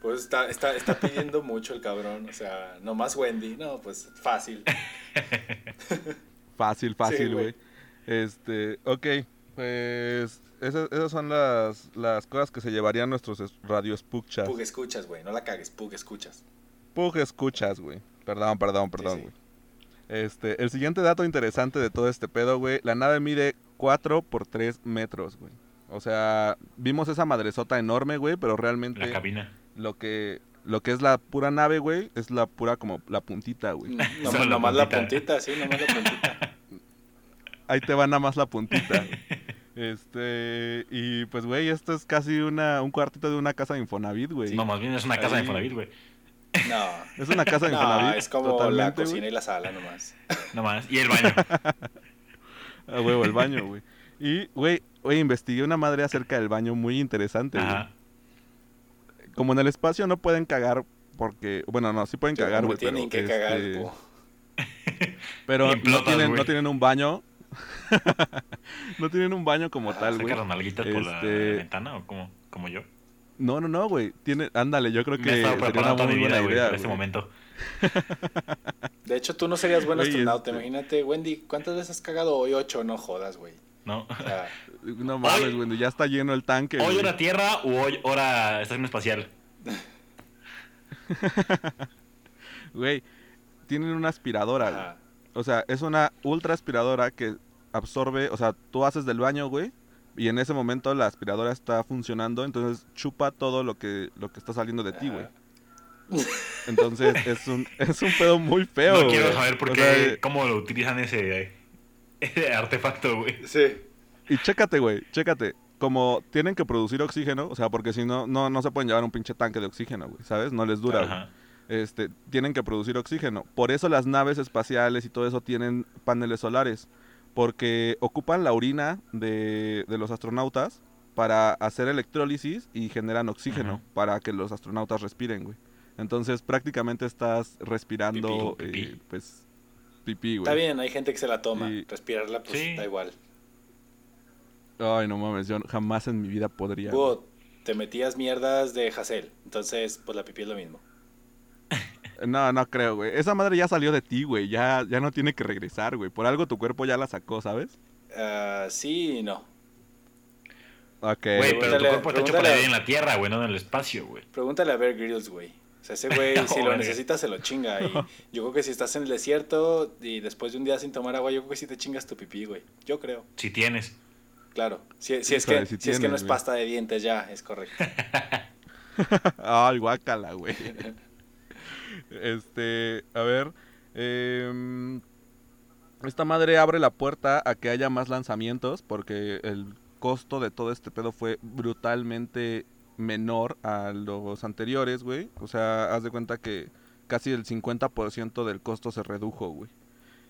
C: Pues está, está, está pidiendo mucho el cabrón. O sea, nomás Wendy. No, pues fácil.
A: Fácil, fácil,
C: Sí,
A: güey.
C: güey.
A: este, ok, pues esas, esas son las, las cosas que se llevarían nuestros es- radioescuchas.
C: Pug escuchas, güey. No la cagues, Pug escuchas.
A: Pug escuchas, güey. Perdón, perdón, perdón,
C: sí.
A: güey. Este, el siguiente dato interesante de todo este pedo, güey, la nave mide 4 por 3 metros, güey. O sea, vimos esa madresota enorme, güey, pero realmente
E: La cabina.
A: lo que lo que es la pura nave, güey, es la pura como la puntita, güey.
C: Nomás,
E: Solo la
C: nomás la
E: puntita.
C: puntita, sí, nomás la puntita.
A: [LAUGHS] Ahí te va nada más la puntita. güey. Este, y pues güey, esto es casi una un cuartito de una casa de Infonavit, güey.
E: No, más bien es una
A: Ahí.
E: casa de Infonavit, güey.
C: No.
A: Es una casa de Infonavit.
C: [LAUGHS] No, es como la
A: totalmente, güey.
C: cocina y la sala nomás.
E: No más. Y
A: [LAUGHS]
E: el baño.
A: A huevo, el baño, güey. Y, güey, güey, investigué una madre acerca del baño muy interesante, güey.
E: Ajá.
A: Como en el espacio no pueden cagar porque... Bueno, no, sí pueden cagar,
C: No
A: güey,
C: tienen
A: pero,
C: que cagar.
A: este,
C: po.
A: Pero
E: Bien
A: no
E: plotas,
A: tienen,
E: güey.
A: no tienen un baño. [LAUGHS] no tienen un baño como tal, güey.
E: ¿Saca las nalguitas por la
A: Este-
E: ventana o como, como yo?
A: No, no, no, güey. Tiene, ándale, yo creo que
E: Me he estado
A: sería una
E: preparando toda mi
A: muy buena
E: vida, güey,
A: idea.
E: para este
A: güey.
E: momento.
C: De hecho, tú no serías buen
A: Güey, este-
C: astronauta. Imagínate, Wendy, ¿cuántas veces has cagado hoy? Ocho, no jodas, güey.
E: ¿No?
C: O
A: [LAUGHS]
C: sea,
A: No mames, güey, ya está lleno el tanque.
E: [LAUGHS] ¿Hoy
A: güey.
E: hora tierra o hoy hora estación espacial?
A: Güey, tienen una aspiradora, güey.
C: ajá.
A: O sea, es una ultra aspiradora que absorbe, o sea, tú haces del baño, güey, y en ese momento la aspiradora está funcionando, entonces chupa todo lo que lo que está saliendo de ti, güey.
C: Ajá.
A: Entonces es un es un pedo muy feo.
E: no
A: Eh,
E: quiero
A: güey.
E: saber por
A: O
E: qué,
A: sea,
E: cómo lo utilizan ese, ese artefacto, güey.
C: Sí.
A: y chécate, güey, chécate. Como tienen que producir oxígeno, o sea, porque si no, no, no se pueden llevar un pinche tanque de oxígeno, güey, ¿sabes? No les dura, güey.
E: Ajá.
A: este, tienen que producir oxígeno. Por eso las naves espaciales y todo eso tienen paneles solares, porque ocupan la orina de, de los astronautas para hacer electrólisis y generan oxígeno
E: Ujú.
A: para que los astronautas respiren, güey. Entonces prácticamente estás respirando,
E: Pipí, pipí.
A: eh, pues, pipí, güey.
C: Está bien, hay gente que se la toma.
A: Y-
C: Respirarla, pues
E: Sí.
C: da igual.
A: Ay, no mames, yo jamás en mi vida podría. güey.
C: Hugo, te metías mierdas de Hassel. Entonces, pues la pipí es lo mismo.
A: No, no creo, güey. Esa madre ya salió de ti, güey. Ya, ya no tiene que regresar, güey. Por algo tu cuerpo ya la sacó, ¿sabes?
C: Ah, sí y no.
A: Ok.
E: Güey, pero tu
C: pregúntale-
E: cuerpo está hecho para
C: pregúntale-
E: vivir en la tierra, güey, no en el espacio, güey.
C: Pregúntale a Bear Grylls, güey. O sea,
A: [LAUGHS]
C: ese güey, si lo
E: Órale.
C: necesitas, se lo chinga. Y yo creo que si estás en el desierto y después de un día sin tomar agua, yo creo que sí te chingas tu pipí, güey. Yo creo,
E: Si tienes.
C: claro. Si, si es,
A: Híjole,
C: que,
A: sí
C: si es que no
A: tienes,
C: es
A: güey.
C: pasta de dientes ya, es correcto.
A: [LAUGHS] Ay, guácala, güey. Este, a ver. em, esta madre abre la puerta a que haya más lanzamientos porque el costo de todo este pedo fue brutalmente menor a los anteriores, güey. O sea, haz de cuenta que casi el 50% del costo se redujo, güey.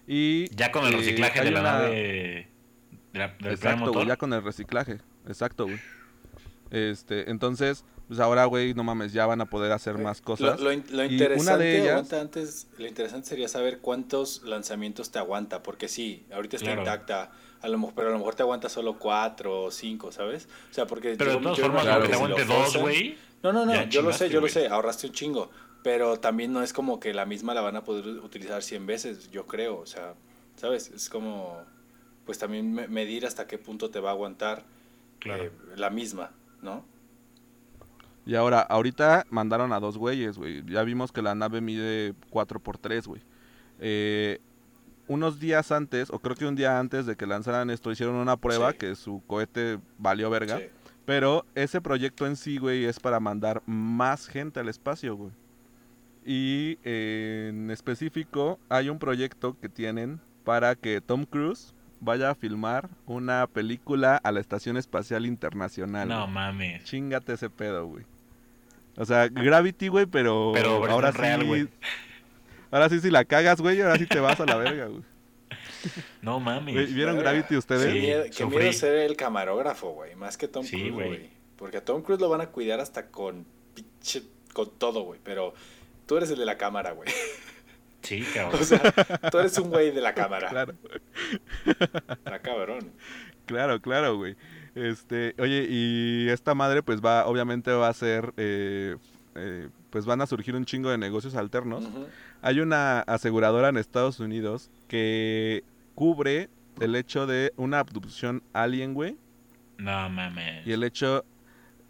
A: Y
E: Ya con el
A: eh,
E: reciclaje
A: hay
E: de la
A: una-
E: nave. De la, del primer
A: Exacto, güey, ya
E: motor.
A: con el reciclaje. Exacto, güey. Este, entonces, pues ahora, güey, no mames, ya van a poder hacer más cosas.
C: Eh, Lo, lo in- lo
A: Y una de
C: interesante,
A: ellas-
C: aguanta antes, lo interesante sería saber cuántos lanzamientos te aguanta, porque sí, ahorita está
E: Claro.
C: intacta, a lo, mo- pero a lo mejor te aguanta solo cuatro o cinco, ¿sabes? O sea, porque...
A: este
E: Pero de
C: yo-
E: todas
C: yo
E: formas,
C: imagino
E: aunque te
C: que si lo
E: aguante dos,
C: forzan-
E: güey.
A: Eh,
C: No, no, no,
E: Ya
C: yo lo sé,
E: chingaste,
C: yo lo
E: güey.
C: sé, ahorraste un chingo, pero también no es como que la misma la van a poder utilizar 100 veces, yo creo, o sea, ¿sabes? Es como, pues también me- medir hasta qué punto te va a aguantar
E: Claro.
C: eh, la misma, ¿no?
A: Y ahora, ahorita mandaron a dos güeyes, güey. Ya vimos que la nave mide 4x3, güey. Eh, unos días antes, o creo que un día antes de que lanzaran esto, hicieron una prueba
C: Sí.
A: que su cohete valió verga.
C: Sí.
A: Pero ese proyecto en sí, güey, es para mandar más gente al espacio, güey. Y eh, en específico hay un proyecto que tienen para que Tom Cruise vaya a filmar una película a la Estación Espacial Internacional.
E: No
A: güey.
E: mames.
A: Chingate ese pedo, güey. O sea, Gravity, güey, pero,
E: Pero versión
A: ahora sí...
E: real, güey.
A: Ahora sí, si la cagas, güey, ahora sí te vas a la verga, güey.
E: No mames.
A: Güey, ¿Vieron
C: Verga.
A: Gravity ustedes?
C: Qué
E: Sí,
C: miedo, eh, qué
E: sufrí.
C: miedo ser el camarógrafo, güey. Más que Tom
E: Sí,
C: Cruise,
E: güey.
C: güey. Porque a Tom Cruise lo van a cuidar hasta con pinche- con todo, güey. Pero tú eres el de la cámara, güey. [LAUGHS]
E: Sí,
A: [LAUGHS]
E: cabrón.
C: O sea, tú eres un güey de la cámara.
A: Claro.
C: Está cabrón.
A: Claro, claro, güey. Este, oye, y esta madre, pues va, obviamente va a ser, eh, eh, pues van a surgir un chingo de negocios alternos.
C: Ujú.
A: Hay una aseguradora en Estados Unidos que cubre el hecho de una abducción alien, güey,
E: No mames.
A: y el hecho,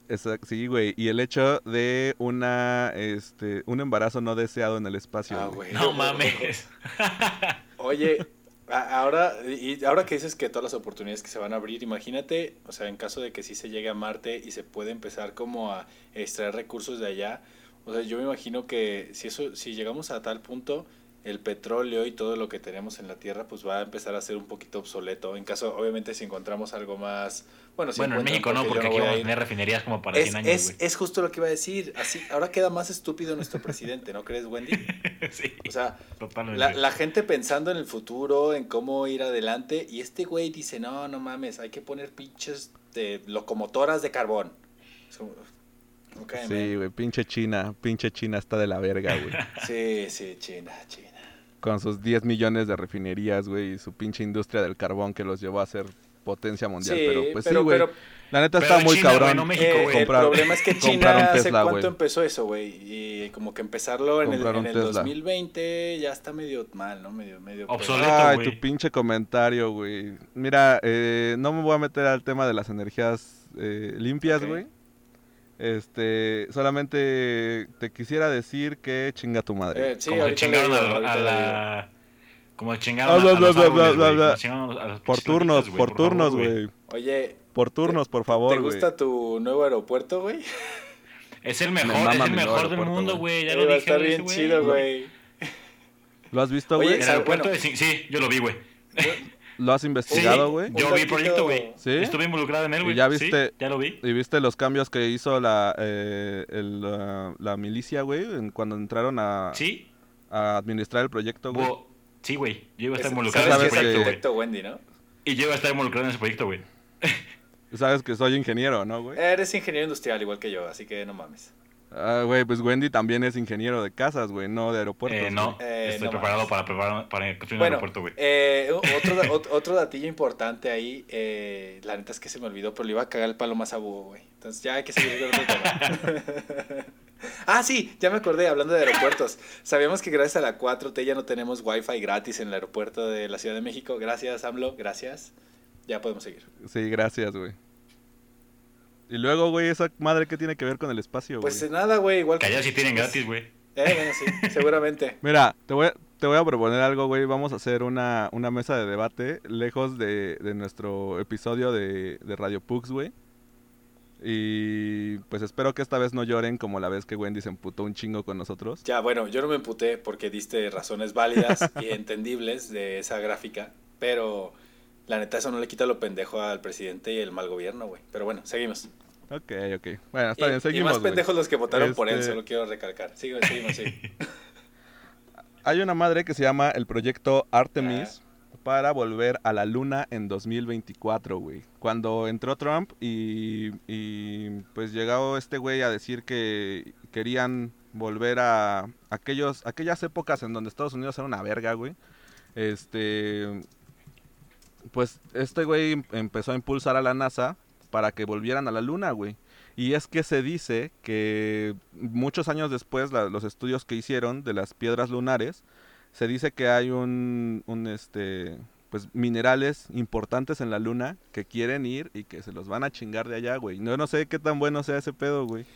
A: esa- sí, güey, y el hecho de una, este, un embarazo no deseado en el espacio.
C: Ah,
A: güey.
C: güey.
E: No mames.
C: Oye, a- ahora, y ahora que dices que todas las oportunidades que se van a abrir, imagínate, o sea, en caso de que sí se llegue a Marte y se puede empezar como a extraer recursos de allá, o sea, yo me imagino que si eso, si llegamos a tal punto, el petróleo y todo lo que tenemos en la Tierra, pues va a empezar a ser un poquito obsoleto. En caso, obviamente, si encontramos algo más, bueno, si
E: Bueno, en México
C: encuentran,
E: no, porque
C: yo
E: aquí
C: voy a
E: vamos a
C: ir.
E: tener refinerías como para
C: es,
E: 100 años,
C: es,
E: güey.
C: es justo lo que iba a decir. Así, ahora queda más estúpido nuestro presidente, ¿no crees, Wendy?
E: Sí,
C: O sea,
E: totalmente.
C: la, la gente pensando en el futuro, en cómo ir adelante, y este güey dice, no, no mames, hay que poner pinches de locomotoras de carbón. Es como, "Ok, man".
A: Sí, güey, pinche China, pinche China está de la verga, güey.
C: sí, sí, China, China.
A: con sus 10 millones de refinerías, güey, y su pinche industria del carbón que los llevó a ser potencia mundial.
C: Sí,
A: pero pues
C: pero-
A: sí, güey.
C: pero-
A: La neta
E: pero
A: está muy
E: China, güey,
A: cabrón.
E: no México,
A: eh,
E: güey.
C: el
A: comprar-
C: problema es que
A: compraron
C: China hace
A: Tesla,
C: cuánto
A: güey.
C: empezó eso, güey. Y como que empezarlo en el,
A: Compraron
C: en el
A: Tesla.
C: 2020 ya está medio mal, ¿no? Medio, medio. pues. peor.
E: Obsoleto.
A: Ay,
E: güey.
A: tu pinche comentario, güey. Mira, eh, no me voy a meter al tema de las energías eh, limpias,
C: Ok.
A: güey. Este, solamente te quisiera decir que chinga tu madre.
C: Eh, sí,
E: como
C: ahorita le
E: chingaron
C: digo,
E: a,
C: ahorita
E: a
C: le digo.
E: la. Como chingaron
A: Bla,
E: a,
A: bla,
E: los
A: bla, bla,
E: árboles,
A: bla,
E: güey,
A: bla.
E: como chingaron a las
A: Por
E: pinches
A: turnos,
E: plantitas, güey,
A: por
E: favor,
A: turnos, güey.
C: Oye,
A: Por turnos, por favor,
C: ¿te
A: güey.
C: gusta tu nuevo aeropuerto, güey?
E: Es el
A: Me
E: mejor,
A: mama
E: es el
A: mi nuevo
E: mejor del
A: aeropuerto,
E: mundo, güey. Ya
C: Eh,
E: lo
C: va a
E: dije.
C: estar
E: güey,
C: bien
E: ese
C: chido, güey.
A: ¿Lo has visto,
C: Oye,
A: güey?
E: El
C: Exacto,
E: aeropuerto
C: bueno.
E: de Sin- Sí, yo lo vi, güey.
A: ¿Lo has
E: Sí,
A: investigado, güey?
E: yo
C: Un
E: vi
C: poquito-
E: proyecto, güey.
A: ¿Sí?
E: Estuve involucrado en él,
A: ¿Y
E: güey.
A: ya
E: Sí,
A: viste?
E: ya lo vi.
A: ¿Y viste los cambios que hizo la, eh, el, la, la milicia, güey? en- Cuando entraron a,
E: Sí,
A: a administrar el proyecto, güey.
E: bo- sí, güey. Yo iba a estar
C: Es-
E: involucrado en
A: ¿sabes
E: ese
C: ¿Sabes
A: que
C: que es
E: proyecto, güey.
C: arquitecto Wendy, no?
E: Y yo iba a estar involucrado en ese proyecto, güey.
A: Sabes que soy ingeniero, ¿no,
E: Eh.
A: güey?
C: Eres ingeniero industrial igual que yo, así que no mames.
A: Ah, güey, pues Wendy también es ingeniero de casas, güey, no de aeropuertos.
E: Eh, no,
A: güey.
C: Eh,
E: estoy
C: no
E: preparado
C: mames.
E: para, preparar, para construir un
C: Bueno,
E: aeropuerto, güey.
C: eh, otro,
E: [LAUGHS]
C: da- ot- otro datillo importante ahí, eh, la neta es que se me olvidó, pero le iba a cagar el palo más a Búho, güey. Entonces ya hay que seguir con otro
E: [LAUGHS]
C: tema. ah, sí, ya me acordé, hablando de aeropuertos. Sabíamos que gracias a la 4T ya no tenemos wifi gratis en el aeropuerto de la Ciudad de México. Gracias, AMLO, gracias. Ya podemos seguir.
A: Sí, gracias, güey. Y luego, güey, esa madre que tiene que ver con el espacio,
C: Pues
A: güey.
C: eh, nada, güey, igual...
E: Que allá sí tienen gratis, güey.
C: Eh, bueno, sí, seguramente.
A: Mira, te voy, a, te voy a proponer algo, güey. Vamos a hacer una, una mesa de debate lejos de, de nuestro episodio de, de Radio Pux, güey. Y pues espero que esta vez no lloren como la vez que Wendy se emputó un chingo con nosotros.
C: Ya, bueno, yo no me emputé porque diste razones válidas
A: [LAUGHS]
C: y entendibles de esa gráfica, pero la neta eso no le quita lo pendejo al presidente y el mal gobierno, güey. Pero bueno, seguimos.
A: Ok, ok. Bueno, está
C: Y-
A: bien,
C: y
A: seguimos.
C: más
A: güey.
C: pendejos los que votaron por él,
A: Este-
C: solo quiero recalcar. Sigo,
A: [LAUGHS]
C: seguimos, sí.
A: Hay una madre que se llama el proyecto Artemis para volver a la luna en 2024, güey. Cuando entró Trump y, y, pues llegó este güey a decir que querían volver a aquellos, aquellas épocas en donde Estados Unidos era una verga, güey. Este, pues este güey em- empezó a impulsar a la NASA para que volvieran a la luna, güey. Y es que se dice que muchos años después, la- los estudios que hicieron de las piedras lunares, se dice que hay un, un, este, pues minerales importantes en la luna que quieren ir y que se los van a chingar de allá, güey. No, no sé qué tan bueno sea ese pedo, güey.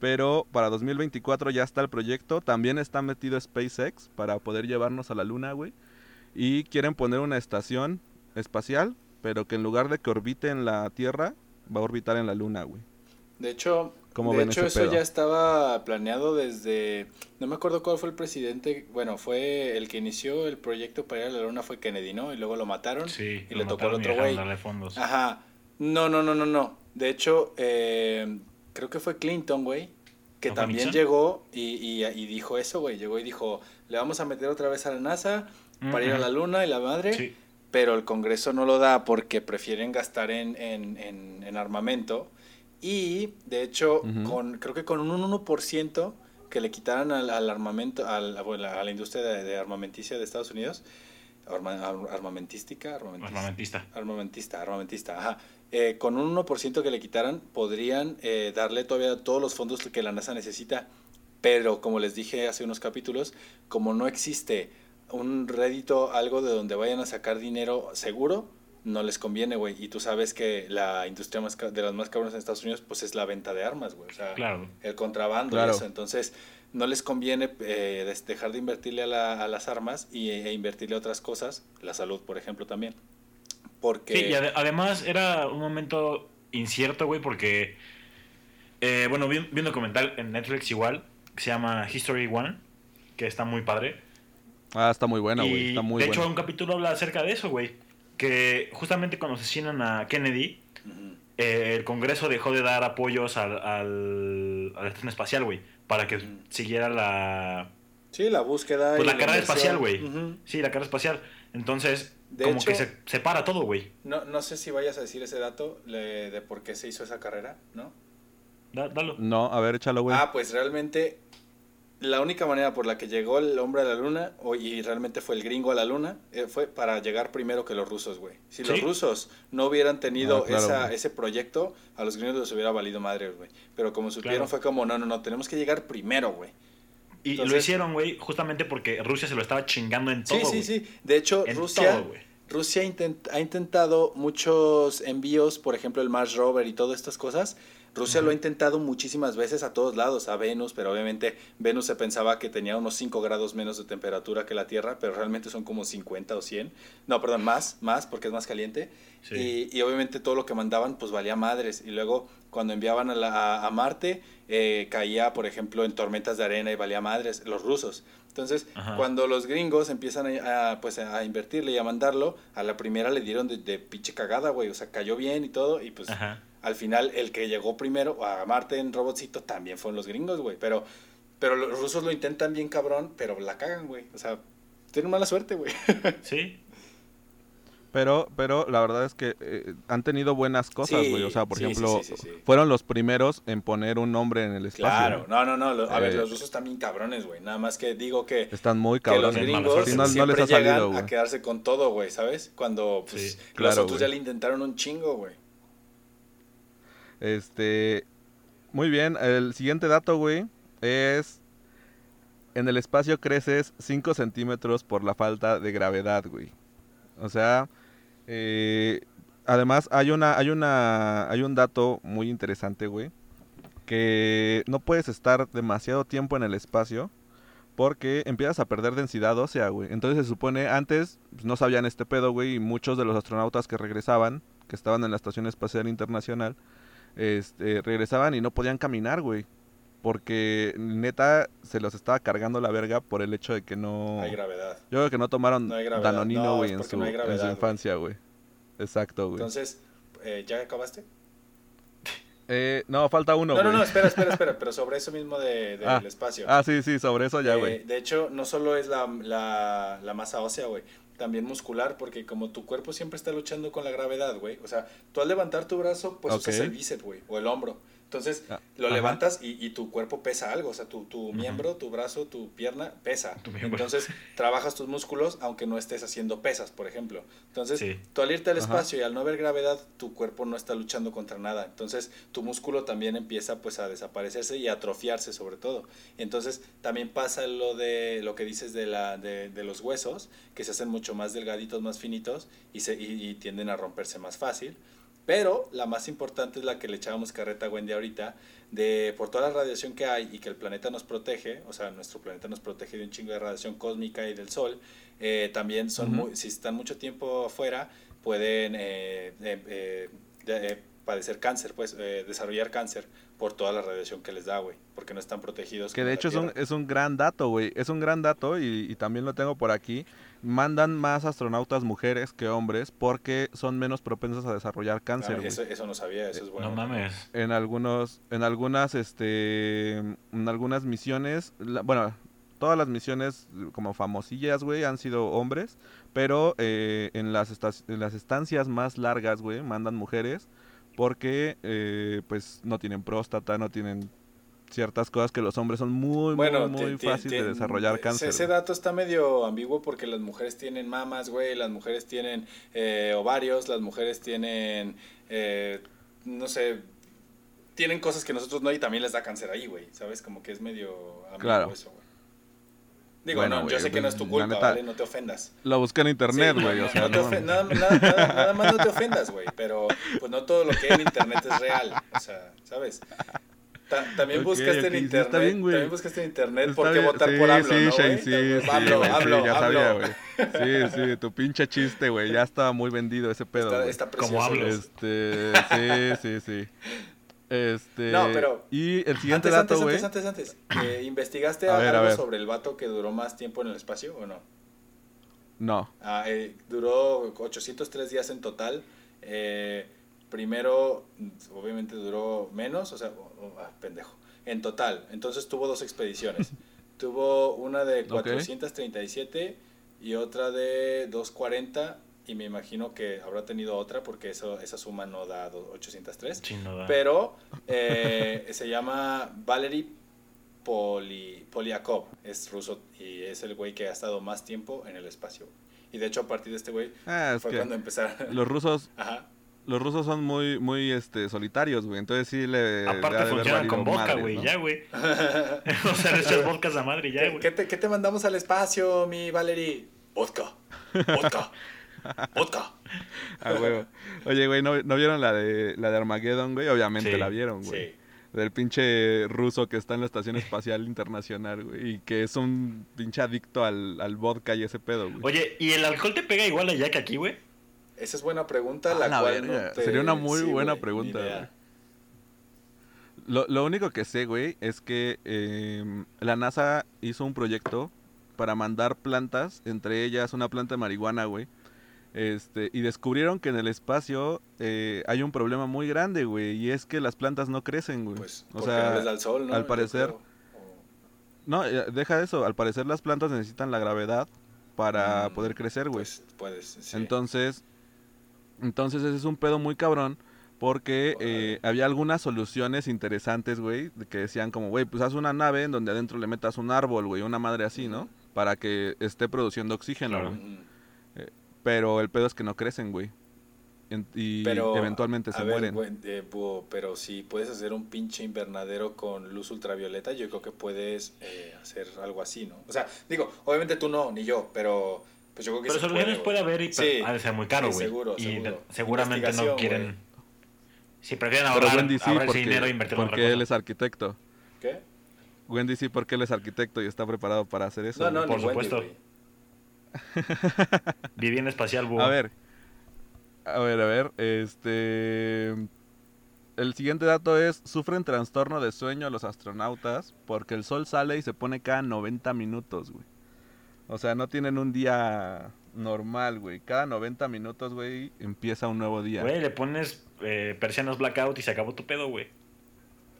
A: Pero para 2024 ya está el proyecto. También está metido SpaceX para poder llevarnos a la luna, güey. Y quieren poner una estación espacial, pero que en lugar de que orbite en la Tierra, va a orbitar en la luna, güey.
C: De hecho,
A: ¿Cómo
C: de
A: ven
C: hecho
A: ese
C: eso
A: pedo?
C: ya estaba planeado desde, no me acuerdo cuál fue el presidente, bueno, fue el que inició el proyecto para ir a la luna fue Kennedy, ¿no? Y luego lo mataron
E: Sí,
C: y
E: lo
C: le tocó
E: mataron
C: al
E: y
C: otro
E: dejaron
C: güey.
E: darle fondos.
C: Ajá. No, no, no, no, no. De hecho, eh, creo que fue Clinton, güey, que
E: ¿No fue
C: también
E: Nixon?
C: llegó y, y- y dijo eso, güey. Llegó y dijo, le vamos a meter otra vez a la NASA para ir a la
E: Ujú.
C: Luna y la madre,
E: Sí. pues,
C: pero el Congreso no lo da porque prefieren gastar en, en- en- en armamento. Y, de hecho,
A: Ujú.
C: con, creo que con un 1% que le quitaran al, al armamento, al- a la- a la industria de, de armamenticia de Estados Unidos, arma- ar- armamentística, armamentística.
E: Armamentista.
C: Armamentista, armamentista, ajá. Eh, con un 1% que le quitaran, podrían eh, darle todavía todos los fondos que la NASA necesita. Pero, como les dije hace unos capítulos, como no existe un rédito, algo de donde vayan a sacar dinero seguro, no les conviene, güey. Y tú sabes que la industria más ca- de las más cabronas en Estados Unidos, pues es la venta de armas, güey. O sea,
E: Claro.
C: el contrabando
A: Claro.
C: y eso. Entonces, no les conviene eh, des- dejar de invertirle a, la- a las armas y, e invertirle a otras cosas, la salud, por ejemplo, también. Porque.
E: Sí, y ade- además era un momento incierto, güey, porque. eh, bueno, vi, vi un documental en Netflix igual, que se llama History One, que está muy padre.
A: Ah, está muy buena, güey.
E: Y,
A: Está muy
E: de
A: buena.
E: hecho, un capítulo habla acerca de eso, güey. Que justamente cuando asesinan a Kennedy,
C: Ujú.
E: eh, el Congreso dejó de dar apoyos al, al, a la estación espacial, güey, para que
C: Mm.
E: siguiera la,
C: Sí, la búsqueda.
E: pues,
C: y
E: la carrera
C: inversión.
E: espacial, güey.
C: Ujú.
E: Sí, la carrera espacial. Entonces,
C: De
E: como
C: hecho-
E: que se separa todo, güey.
C: no, no sé si vayas a decir ese dato le- de por qué se hizo esa carrera, ¿no?
E: Da- Dalo.
A: No, a ver, échalo, güey.
C: Ah, pues Ah, realmente la única manera por la que llegó el hombre a la luna, o- y realmente fue el gringo a la luna, eh, fue para llegar primero que los rusos, güey. Si los
E: Sí.
C: rusos no hubieran tenido
A: Ah, claro,
C: esa-
A: güey.
C: ese proyecto, a los gringos les hubiera valido madre, güey. Pero como supieron,
E: Claro.
C: fue como, no, no, no, tenemos que llegar primero, güey.
E: Y lo
C: Entonces-
E: hicieron, güey, justamente porque Rusia se lo estaba chingando en todo.
C: Sí, sí,
E: güey.
C: sí. De hecho,
E: En
C: Rusia,
E: todo, güey.
C: Rusia intent- ha intentado muchos envíos, por ejemplo, el Mars Rover y todas estas cosas. Rusia lo ha intentado muchísimas veces a todos lados, a Venus, pero obviamente Venus se pensaba que tenía unos 5 grados menos de temperatura que la Tierra, pero realmente son como 50 o 100. No, perdón, más, más, porque es más caliente.
E: Sí.
C: Y, y obviamente todo lo que mandaban, pues valía madres. Y luego cuando enviaban a, la- a- a Marte, eh, caía, por ejemplo, en tormentas de arena y valía madres, los rusos. Entonces,
E: Ajá.
C: cuando los gringos empiezan a, a, pues, a invertirle y a mandarlo, a la primera le dieron de, de pinche cagada, güey. O sea, cayó bien y todo. Y pues
E: Ajá.
C: al final el que llegó primero a Marte en robotcito también fueron los gringos, güey. Pero, pero los rusos lo intentan bien cabrón, pero la cagan, güey. O sea, tienen mala suerte, güey.
E: Sí.
A: Pero, pero la verdad es que eh, han tenido buenas cosas,
C: Sí,
A: güey. O sea, por
C: sí, sí,
A: ejemplo,
C: sí, sí, sí.
A: fueron los primeros en poner un nombre en el espacio.
C: Claro, no, no, no. lo- a ver,
A: Eh.
C: los rusos también cabrones, güey. Nada más que digo que
A: Están muy
C: que los
A: cabrones.
C: gringos
A: Sí, no, no
C: siempre
A: les ha
C: llegan
A: salido, güey.
C: a quedarse con todo, güey, ¿sabes? Cuando pues,
E: Sí,
A: claro,
C: los otros
A: güey.
C: ya le intentaron un chingo, güey.
A: Este, muy bien. El siguiente dato, güey, es en el espacio creces 5 centímetros por la falta de gravedad, güey. O sea, eh, además hay una, hay una, hay un dato muy interesante, güey, que no puedes estar demasiado tiempo en el espacio porque empiezas a perder densidad ósea, güey. Entonces se supone antes pues, no sabían este pedo, güey, y muchos de los astronautas que regresaban, que estaban en la Estación Espacial Internacional, este, regresaban y no podían caminar, güey. Porque neta se los estaba cargando la verga por el hecho de que no...
C: Hay gravedad.
A: Yo creo que no tomaron
C: No hay gravedad.
A: Danonino,
C: No,
A: güey,
C: es
A: en,
C: porque
A: su,
C: no hay
A: en su
C: gravedad, güey.
A: infancia, güey. Exacto, güey.
C: Entonces, eh, ¿ya acabaste?
A: Eh, no, falta uno,
C: No,
A: güey.
C: no, no, espera,
A: [LAUGHS]
C: espera, espera. Pero sobre eso mismo de- del
A: Ah,
C: espacio.
A: Ah, sí, sí, sobre eso ya,
C: Eh,
A: güey.
C: de hecho, no solo es la, la- la masa ósea, güey, también muscular, porque como tu cuerpo siempre está luchando con la gravedad, güey, o sea, tú al levantar tu brazo, pues usas
A: Ok.
C: el bíceps, güey, o el hombro. Entonces,
A: Ah,
C: lo
A: ajá.
C: levantas y, y tu cuerpo pesa algo, o sea, tu, tu
E: Ujú.
C: miembro, tu brazo, tu pierna pesa.
E: Tu miembro. [LAUGHS]
C: Entonces, trabajas tus músculos aunque no estés haciendo pesas, por ejemplo. Entonces,
E: Sí.
C: tú al irte al
A: Ajá.
C: espacio y al no haber gravedad, tu cuerpo no está luchando contra nada. Entonces, tu músculo también empieza pues a desaparecerse y a atrofiarse sobre todo. Entonces, también pasa lo de lo que dices de, la, de, de los huesos, que se hacen mucho más delgaditos, más finitos y, se, y, y tienden a romperse más fácil. Pero la más importante es la que le echábamos carreta a Wendy ahorita, de por toda la radiación que hay y que el planeta nos protege, o sea, nuestro planeta nos protege de un chingo de radiación cósmica y del sol, eh, también son
A: Ujú.
C: muy, si están mucho tiempo afuera, pueden eh, eh, eh, de- eh, padecer cáncer, pues eh, desarrollar cáncer por toda la radiación que les da, güey, porque no están protegidos.
A: Que
C: con
A: de
C: la
A: hecho es un,
C: Tierra.
A: es un gran dato, güey. Es un gran dato y, y también lo tengo por aquí. Mandan más astronautas mujeres que hombres porque son menos propensas a desarrollar
C: Ah,
A: cáncer, güey. Eh,
C: eso, eso no sabía, eso es bueno.
E: No mames.
A: en algunos en algunas este en algunas misiones la- bueno todas las misiones como famosillas güey han sido hombres pero eh, en las estas- en las estancias más largas güey mandan mujeres porque eh, pues no tienen próstata no tienen ciertas cosas que los hombres son muy
C: Bueno,
A: muy,
C: te-
A: muy
C: te-
A: fácil
C: te-
A: de desarrollar
C: ese-
A: cáncer
C: Ese
A: güey.
C: dato está medio ambiguo porque las mujeres tienen mamas, güey, las mujeres tienen eh, ovarios, las mujeres tienen, eh, no sé, tienen cosas que nosotros no y también les da cáncer ahí, güey, ¿sabes? Como que es medio ambiguo
A: Claro.
C: eso, güey. Digo,
A: Bueno,
C: no, yo
A: güey,
C: sé que no es tu
A: la
C: culpa,
A: neta-
C: ¿vale? No te ofendas.
A: lo busqué en internet
C: Sí,
A: güey
C: no,
A: o sea
C: no te
A: no mames.
C: ofen- nada, nada- nada- nada más no te ofendas, güey, pero pues no todo lo que hay en internet es real, o sea, ¿sabes? Ta- también
A: Ok, ok,
C: buscaste
A: sí,
C: en
A: está
C: internet,
A: bien, güey.
C: también buscaste en internet
A: Está
C: por qué
A: bien,
C: votar
A: sí,
C: por AMLO,
A: sí,
C: ¿no,
A: Shane,
C: güey?
A: sí,
C: También,
A: sí,
C: AMLO,
A: güey, sí,
C: AMLO,
A: ya
C: AMLO.
A: sabía, güey. Sí, sí, tu pinche chiste, güey, ya estaba muy vendido ese pedo,
C: Está,
A: güey.
C: está
E: Como
C: precioso.
E: AMLO.
C: güey.
A: Este, sí, sí, sí. Este,
C: No, pero-
A: y el siguiente
C: Antes,
A: dato,
C: antes,
A: güey.
C: antes, antes, antes, Eh, ¿Investigaste
A: A ver, a
C: algo
A: ver.
C: sobre el vato que duró más tiempo en el espacio o no?
A: No.
C: Ah, eh, duró 803 días en total. Eh, primero, obviamente duró menos, o sea, o- o- ah, pendejo. En total, entonces tuvo dos expediciones. tuvo una de
A: Ok.
C: 437 y otra de 240 y me imagino que habrá tenido otra porque eso, esa suma no da do- 803.
E: Sí, no da.
C: Pero eh, se llama Valery Poli, Polyakov, es ruso y es el güey que ha estado más tiempo en el espacio. Y de hecho a partir de este güey
A: Ah, es
C: fue
A: que
C: cuando empezaron.
A: los rusos,
C: [LAUGHS] Ajá.
A: los rusos son muy, muy este, solitarios, güey. Entonces sí le. le ha
E: Aparte
A: de haber
E: funcionan
A: valido
E: con vodka,
A: madres,
E: güey,
A: ¿no?
E: ya,
C: [LAUGHS]
E: güey. [LAUGHS] o sea, le echas vodkas a madre, ya,
C: ¿Qué,
E: güey.
C: qué te, qué te mandamos al espacio, mi Valerie? Vodka. Vodka.
A: [LAUGHS]
C: Vodka.
A: Ah, güey. Oye, güey, ¿no, no vieron la de, la de Armageddon, güey? Obviamente
E: Sí,
A: la vieron, güey.
C: Sí.
A: Del pinche ruso que está en la Estación Espacial Internacional, güey. Y que es un pinche adicto al, al vodka y ese pedo, güey.
E: Oye, ¿y el alcohol te pega igual allá que aquí, güey?
C: Esa es buena pregunta,
A: A
C: la,
A: la
C: cual no
A: Ah, verga.
C: te-
A: Sería una muy buena
C: güey, ni
A: pregunta,
C: idea.
A: güey. Lo, lo único que sé, güey, es que eh, la NASA hizo un proyecto para mandar plantas, entre ellas una planta de marihuana, güey. Este, y descubrieron que en el espacio eh, hay un problema muy grande, güey, y es que las plantas no crecen, güey.
C: Pues,
A: o
C: porque no
A: sea,
C: les da el sol, ¿no?
A: al
C: Yo
A: parecer-
C: creo. O-
A: no, eh, deja eso, al parecer las plantas necesitan la gravedad para
C: Mm,
A: poder crecer, güey.
C: Pues puedes, sí.
A: Entonces, entonces ese es un pedo muy cabrón porque
C: Órale.
A: eh, había algunas soluciones interesantes, güey, de que decían como, güey, pues haz una nave en donde adentro le metas un árbol, güey, una madre así, ¿no?
C: Ujú.
A: Para que esté produciendo oxígeno,
E: Claro.
A: güey.
C: Mm.
A: Pero el pedo es que no crecen, güey. En- Y
C: Pero,
A: eventualmente se
C: a ver,
A: mueren.
C: buen- eh, búho, pero si puedes hacer un pinche invernadero con luz ultravioleta, yo creo que puedes eh, hacer algo así, ¿no? O sea, digo, obviamente tú no, ni yo, pero pues yo creo que
E: Pero
C: se
E: soluciones puede,
C: puede, güey.
E: haber y ah,
C: Sí,
E: ha de ser muy caro,
C: sí,
E: güey.
C: seguro,
E: y
C: seguro.
E: de- seguramente no
C: Investigación,
E: quieren.
C: güey.
E: Si prefieren
A: Pero
E: ahorrar,
A: Wendy sí,
E: ahorrar ese dinero e
A: porque,
E: invertirlo en otra
A: porque él
E: cosa.
A: es arquitecto.
C: ¿Qué?
A: Wendy sí, porque él es arquitecto y está preparado para hacer eso.
C: No,
A: güey.
C: no,
E: por
C: ni Wendy,
E: supuesto.
C: güey.
E: Vivienda espacial, búho.
A: A ver. A ver, a ver. Este. El siguiente dato es: sufren trastorno de sueño los astronautas porque el sol sale y se pone cada 90 minutos, güey. O sea, no tienen un día normal, güey. Cada 90 minutos, güey, empieza un nuevo día.
E: Güey, le pones eh, persianas blackout y se acabó tu pedo, güey.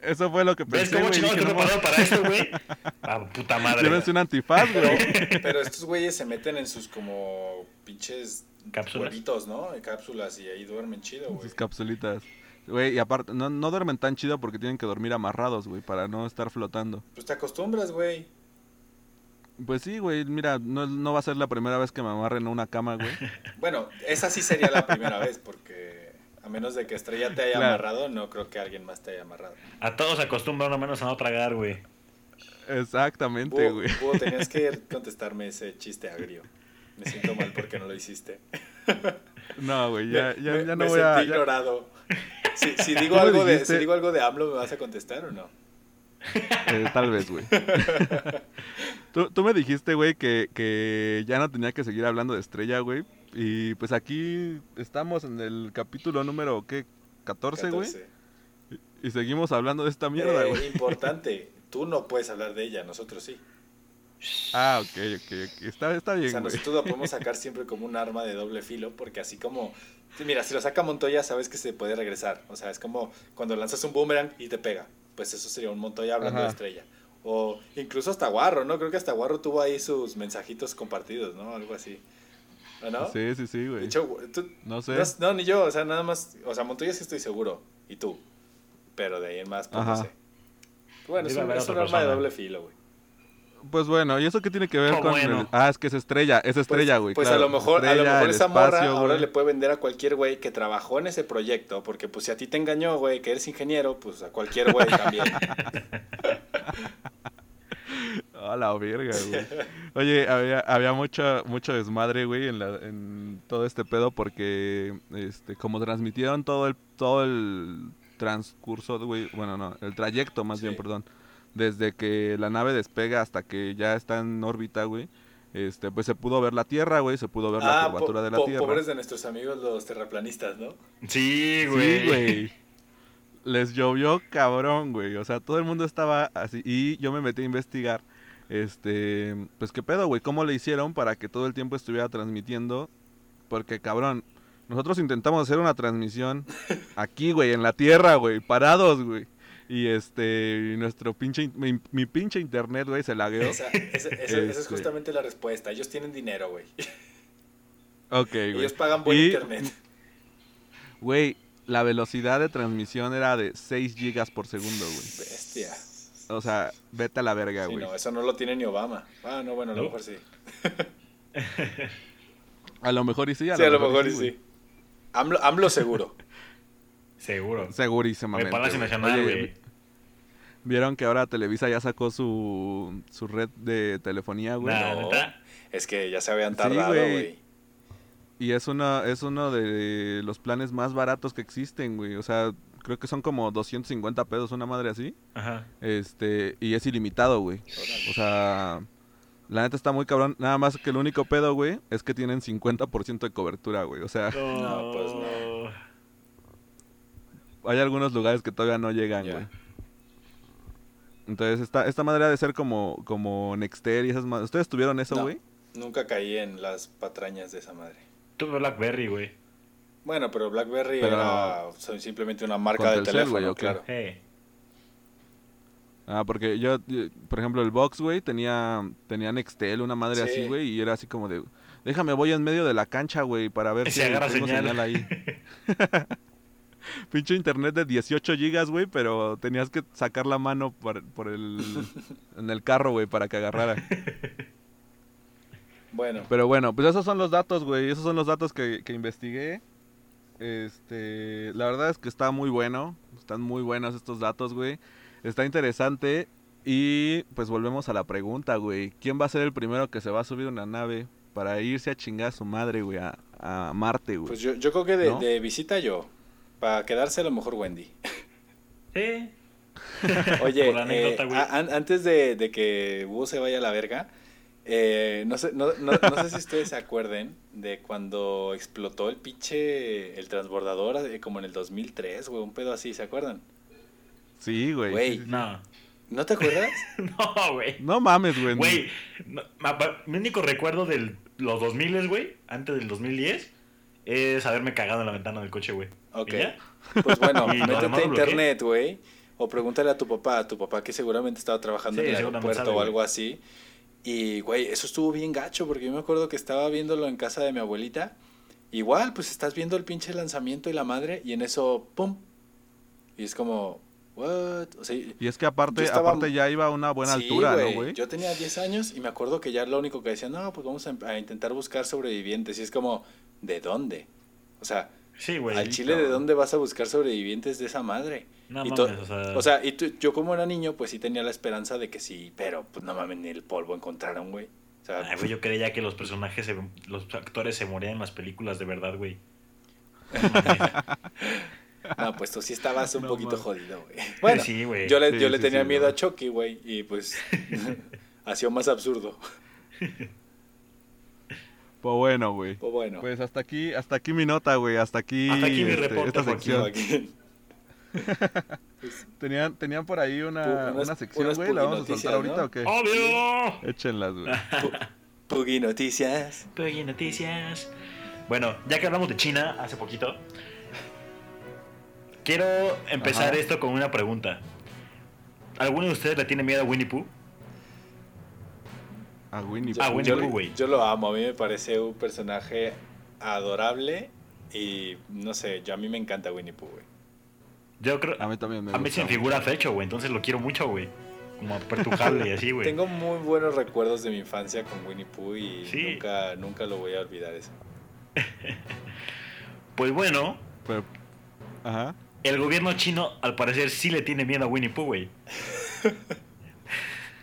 A: Eso fue lo que
E: ¿Ves
A: pensé,
E: cómo
A: Pues güey.
E: chingados
A: Dije,
E: te
A: no mames,
E: preparado para esto, güey?
A: [LAUGHS]
E: Ah, puta madre.
A: llévense un antifaz, güey. [LAUGHS]
C: Pero estos güeyes se meten en sus como pinches
E: Cápsulas.
C: huevitos, ¿no? En cápsulas y ahí duermen chido, güey.
A: Sus capsulitas. Güey, y aparte, no, no duermen tan chido porque tienen que dormir amarrados, güey, para no estar flotando.
C: Pues te acostumbras, güey.
A: Pues sí, güey, mira, no, no va a ser la primera vez que me amarren a una cama,
C: [LAUGHS]
A: güey.
C: Bueno, esa sí sería la primera vez, porque a menos de que Estrella te haya
A: Claro.
C: amarrado, no creo que alguien más te haya amarrado.
E: A todos acostumbran, a menos a no tragar, güey.
A: Exactamente,
C: Búho,
A: güey.
C: Búho,
A: [LAUGHS]
C: tenías que contestarme ese chiste agrio. Me siento mal porque no lo hiciste.
A: No, güey, [LAUGHS] ya,
C: Me-
A: ya,
C: me-
A: ya
C: me
A: no voy a...
C: sentí
A: ya-
C: ignorado.
A: [LAUGHS]
C: Si, si
A: ¿Cómo
C: digo algo de,
A: dijiste?
C: si digo algo de AMLO, ¿me vas a contestar o no?
A: eh, tal vez,
C: [LAUGHS]
A: güey. tú, tú me dijiste, güey, que, que ya no tenía que seguir hablando de estrella, güey. Y pues aquí estamos en el capítulo número, ¿qué? 14, güey.
C: 14.
A: Y seguimos hablando de esta mierda,
C: Eh,
A: güey.
C: Importante, tú no puedes hablar de ella, nosotros sí.
A: Ah, ok, ok, ok. Está, está
C: o sea,
A: bien, güey.
C: nosotros lo podemos sacar siempre como un arma de doble filo, porque así como, sí, mira, si lo saca Montoya, sabes que se puede regresar. O sea, es como cuando lanzas un boomerang y te pega. Pues eso sería un Montoya hablando
A: Ajá.
C: de estrella. O incluso hasta Guarro, ¿no? Creo que hasta Guarro tuvo ahí sus mensajitos compartidos, ¿no? Algo así. ¿O no?
A: Sí, sí, sí,
C: De
A: güey.
C: hecho, tú-
A: No sé.
C: no, no, ni yo, o sea, nada más, o sea, Montoya sí estoy seguro, y tú, pero de ahí en más, pues no
A: Ajá.
C: sé. Bueno, es
E: Debe
C: un,
E: haber
C: es un
E: otra
C: arma de
E: persona.
C: doble filo, güey.
A: Pues bueno, ¿y eso qué tiene que ver
E: Oh,
A: con
E: bueno.
A: el- Ah, es que es estrella, es estrella, güey.
C: Pues
A: claro,
C: a lo mejor, a lo
A: estrella,
C: mejor
A: el
C: esa morra
A: espacio,
C: ahora
A: güey.
C: le puede vender a cualquier güey que trabajó en ese proyecto, porque pues si a ti te engañó, güey, que eres ingeniero, pues a cualquier
A: [LAUGHS]
C: güey también.
A: A la verga,
C: [LAUGHS]
A: güey. Oye, había, había mucho, mucho desmadre, güey, en, la- en todo este pedo porque, este, como transmitieron todo el, todo el transcurso, güey, bueno, no, el trayecto más bien,
C: Sí.
A: perdón, desde que la nave despega hasta que ya está en órbita, güey, este, pues se pudo ver la Tierra, güey, se pudo ver la
C: ah,
A: curvatura
C: po-
A: de la
C: po-
A: Tierra.
C: pobres de nuestros amigos los terraplanistas, ¿no?
E: Sí, güey.
A: Sí, güey. Les llovió cabrón, güey. O sea, todo el mundo estaba así. Y yo me metí a investigar. Este, pues qué pedo, güey. ¿Cómo le hicieron para que todo el tiempo estuviera transmitiendo? Porque, cabrón, nosotros intentamos hacer una transmisión aquí, güey, en la tierra, güey, parados, güey. Y este, y nuestro pinche, in- mi, mi pinche internet, güey, se
C: [LAUGHS]
A: lagueó.
C: Esa, esa- esa- esa es
A: Este.
C: justamente la respuesta. Ellos tienen dinero, güey.
A: Ok, güey.
C: Ellos pagan buen
A: Y- [LAUGHS]
C: internet.
A: Güey, la velocidad de transmisión era de 6 gigas por segundo, güey.
C: Bestia.
A: O sea, vete a la verga,
C: Sí,
A: Ah, güey.
C: no, eso no lo tiene ni Obama. Ah, no, bueno, a lo
E: No.
C: mejor sí.
A: A lo mejor y sí, a lo,
C: Sí, a lo mejor y
A: güey.
C: sí. AMLO, AMLO seguro.
E: Seguro. Güey,
A: Segurísimamente.
E: Palacio
A: güey.
E: Nacional,
A: Oye,
E: güey.
A: ¿Vieron que ahora Televisa ya sacó su, su red de telefonía, güey?
E: Nah. Ah,
C: No,
E: ¿neta?
C: es que ya se habían
A: Sí,
C: tardado,
A: güey.
C: güey.
A: Y es, una, es uno de los planes más baratos que existen, güey. O sea, creo que son como 250 pesos, una madre así.
E: Ajá.
A: Este, y es ilimitado, güey.
C: Órale.
A: O sea, la neta está muy cabrón. Nada más que el único pedo, güey, es que tienen 50% de cobertura, güey. O sea,
C: No, pues no.
A: hay algunos lugares que todavía no llegan,
C: Ya.
A: güey. Entonces, esta, esta madre ha de ser como, como Nextel y esas madres. ¿Ustedes tuvieron eso,
C: No.
A: güey?
C: Nunca caí en las patrañas de esa madre.
E: Tuve Blackberry, güey.
C: Bueno, pero BlackBerry
A: Pero-
C: era o sea, simplemente una
A: Con
C: marca de
A: Telcel,
C: teléfono,
A: güey, ¿o qué?
C: claro.
E: Hey.
A: Ah, porque yo, yo, por ejemplo, el Box, güey, tenía, tenía Nextel, una madre
C: Sí.
A: así, güey, y era así como de, déjame, voy en medio de la cancha, güey, para ver
E: Si agarra
A: tengo
E: señal".
C: [LAUGHS]
A: ahí. Pinche internet de 18 gigas, güey, pero tenías que sacar la mano por, por el, en el carro, güey, para que agarrara.
C: Bueno,
A: Pero bueno, pues esos son los datos, güey, esos son los datos que, que investigué. Este, la verdad es que está muy bueno, están muy buenos estos datos, güey. Está interesante y pues volvemos a la pregunta, güey. ¿Quién va a ser el primero que se va a subir a una nave para irse a chingar a su madre, güey, a, a Marte, güey?
C: pues yo, yo creo que de,
A: ¿No?
C: de visita yo. Para quedarse a lo mejor Wendy.
E: Sí. [LAUGHS]
C: Oye,
E: Por la anécdota,
C: eh,
E: güey.
C: a- an- antes de, de que Wu se vaya a la verga, eh, no, sé, no, no- no sé si ustedes se acuerden de cuando explotó el pinche, el transbordador, eh, como en el 2003, güey, un pedo así, ¿se acuerdan?
A: Sí, güey.
C: Güey.
A: Sí, sí, sí.
E: No. [LAUGHS]
C: ¿No te acuerdas?
E: No, güey.
A: No mames, güey.
E: Güey, no, ma- ma- mi único recuerdo de los 2000, güey, antes del 2010, es haberme cagado en la ventana del coche, güey.
C: Ok.
E: ¿Y ya?
C: Pues bueno,
E: Y lo demás
C: métete
E: lo
C: a
E: bloqueé.
C: internet, güey, o pregúntale a tu papá, a tu papá que seguramente estaba trabajando
E: Sí,
C: en el
E: seguramente sabe,
C: aeropuerto o
E: güey.
C: algo así. Y, güey, eso estuvo bien gacho, porque yo me acuerdo que estaba viéndolo en casa de mi abuelita. Igual, pues estás viendo el pinche lanzamiento y la madre, y en eso, ¡pum! Y es como, ¿what? O sea,
A: Y es que aparte,
C: Yo estaba-
A: aparte ya iba a una buena
C: sí,
A: altura,
C: güey.
A: ¿no, güey?
C: Yo tenía 10 años y me acuerdo que ya lo único que decían, no, pues vamos a, a intentar buscar sobrevivientes. Y es como, ¿de dónde? O sea,
E: Sí, güey.
C: al Chile, ¿de dónde vas a buscar sobrevivientes de esa madre?
E: No
C: y
E: mames,
C: to-
E: o sea-
C: o sea, y tú- yo como era niño, pues sí tenía la esperanza de que sí, pero pues no mames, ni el polvo encontraron, güey. O sea,
E: Ay, güey, yo creía ya que los personajes, se- los actores se morían en las películas de verdad, güey.
C: no, pues tú sí estabas un
A: No
C: poquito
A: mames.
C: jodido, güey. Bueno,
E: sí, güey.
C: yo le,
A: Sí,
C: yo le
A: sí,
C: tenía
A: sí,
C: miedo
A: no.
C: a Chucky, güey, y pues [LAUGHS] hacía más absurdo.
A: [LAUGHS] Pues bueno, güey.
C: O bueno, [LAUGHS]
A: Pues hasta aquí, hasta aquí mi nota, güey. Hasta aquí,
E: Hasta aquí mi
A: este,
E: reporte,
A: esta
E: Joaquín.
A: sección.
C: Joaquín.
A: Tenían, tenían por ahí una,
C: Pu- unas-
A: una sección,
C: unas
A: güey. ¿La vamos a soltar
C: puginoticias,
A: ahorita
C: ¿no?
A: o
E: Oh.
A: qué?
E: ¡Obvio!
A: Échenlas, güey.
C: Puggy Noticias.
E: Peggy Noticias. Bueno, ya que hablamos de China hace poquito, quiero empezar
A: Ajá.
E: esto con una pregunta. ¿Alguno de ustedes le tiene miedo a Winnie Pooh?
A: A Winnie
E: Ah,
A: Pooh,
E: Winnie
C: yo,
E: Pooh,
A: güey.
E: güey.
C: yo lo amo, a mí me parece un personaje adorable y no sé, yo a mí me encanta Winnie Pooh, güey.
E: Yo creo.
A: A mí también me
E: A mí
A: gusta,
E: se me
A: güey.
E: figura fecho, güey. Entonces lo quiero mucho, güey. Como apertujable y así, güey.
C: [LAUGHS] Tengo muy buenos recuerdos de mi infancia con Winnie Pooh y
E: Sí.
C: nunca, nunca lo voy a olvidar eso.
E: Pues bueno,
A: Pero- Ajá.
E: el gobierno chino al parecer sí le tiene miedo a Winnie Pooh, güey.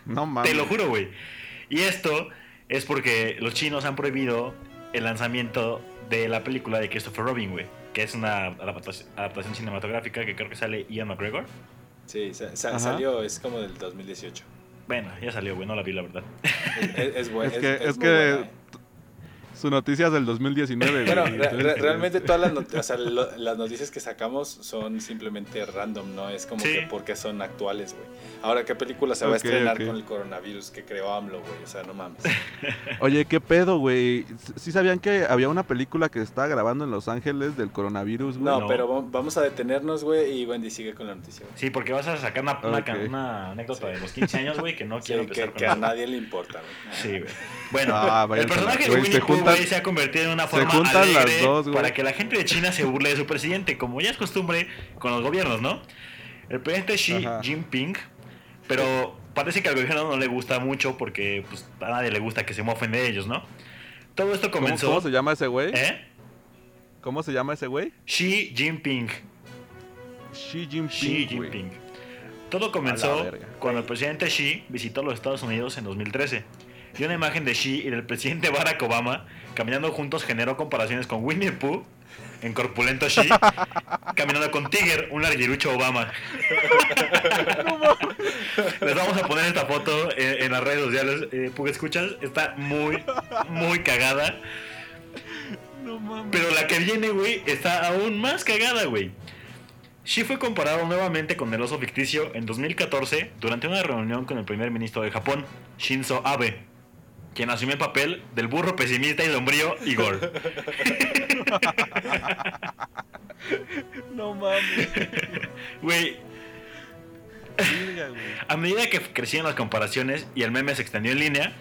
A: No mames.
E: Te
C: Ah,
E: lo juro, güey. Y esto es porque los chinos han prohibido el lanzamiento de la película de Christopher Robin, güey. Que es una adaptación, adaptación cinematográfica que creo que sale Ian McGregor.
C: Sí, sa- sa-
A: Ajá.
C: salió, es como del 2018.
E: Bueno, ya salió, güey. No la vi, la verdad.
C: Es, es- es buen-
A: Es que-
C: es-
A: es
C: es muy
A: que-
C: buena, ¿eh?
A: Su noticia es del 2019,
C: Bueno,
A: güey.
C: re- re-
A: Entonces,
C: realmente todas las, not- o sea, lo- las noticias que sacamos son simplemente random, no es como
E: Sí.
C: que porque son actuales, güey. Ahora, ¿qué película se va
A: Ok,
C: a estrenar
A: ok.
C: con el coronavirus que creó AMLO, güey? O sea, no
E: [LAUGHS]
C: mames.
A: Oye, qué pedo, güey. ¿Sí sabían que había una película que estaba grabando en Los Ángeles del coronavirus, güey?
C: No,
E: No.
C: pero vam- vamos a detenernos, güey, y Wendy sigue con la noticia. güey.
E: Sí, porque vas a sacar una, una can-
A: Ok.
E: una anécdota de los 15 años, güey, que no
C: [LAUGHS] Sí,
E: quiero empezar
C: que,
E: con
C: que a
E: eso.
C: nadie le importa, güey.
E: Sí, güey. Bueno,
A: Ah,
E: el
A: váyanse
E: personaje
A: a la-
E: de
A: güey,
E: Winnie
A: se
E: Pooh,
A: juntan-
E: güey, se ha convertido en una
A: se
E: forma
A: juntan las
E: alegre
A: dos, güey.
E: para que la gente de China se burle de su presidente, como ya es costumbre con los gobiernos, ¿no? El presidente Xi
A: Ajá.
E: Jinping Pero parece que al gobierno no le gusta mucho porque pues, a nadie le gusta que se mofen de ellos, ¿no? Todo esto
A: ¿Cómo,
E: comenzó.
A: cómo se llama ese güey?
E: ¿Eh?
A: ¿Cómo se llama ese güey?
E: Xi Jinping.
A: Xi Jinping.
E: Xi
A: güey.
E: Jinping. Todo comenzó
A: verga.
E: cuando el presidente Xi visitó los Estados Unidos en 2013. Y una imagen de Xi y del presidente Barack Obama caminando juntos generó comparaciones con Winnie the Pooh, en corpulento
A: [LAUGHS]
E: Xi, caminando con Tiger, un larguirucho Obama. Les vamos a poner esta foto en, en las redes sociales. Eh, Pug, escuchas, está muy, muy cagada.
A: No mames.
E: Pero la que viene, güey, está aún más cagada, güey. Xi fue comparado nuevamente con el oso ficticio en 2014 durante una reunión con el primer ministro de Japón, Shinzo Abe, quien asumió el papel del burro pesimista y sombrío Igor.
A: No mames.
E: Güey,
A: Verga, güey.
E: a medida que crecían las comparaciones y el meme se extendió en línea,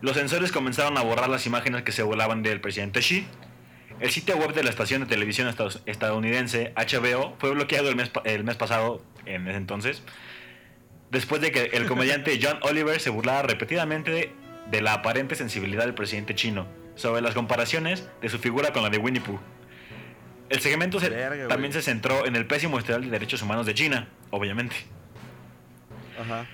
E: los sensores comenzaron a borrar las imágenes que se volaban del presidente Xi. El sitio web de la estación de televisión estados- estadounidense HBO fue bloqueado el mes, pa- el mes pasado, en ese entonces, después de que el
A: [LAUGHS]
E: comediante John Oliver se burlara repetidamente de, de la aparente sensibilidad del presidente chino sobre las comparaciones de su figura con la de Winnie Pooh. El segmento se-
A: Verga, güey.
E: también se centró en el pésimo historial de derechos humanos de China, obviamente.
A: Ajá.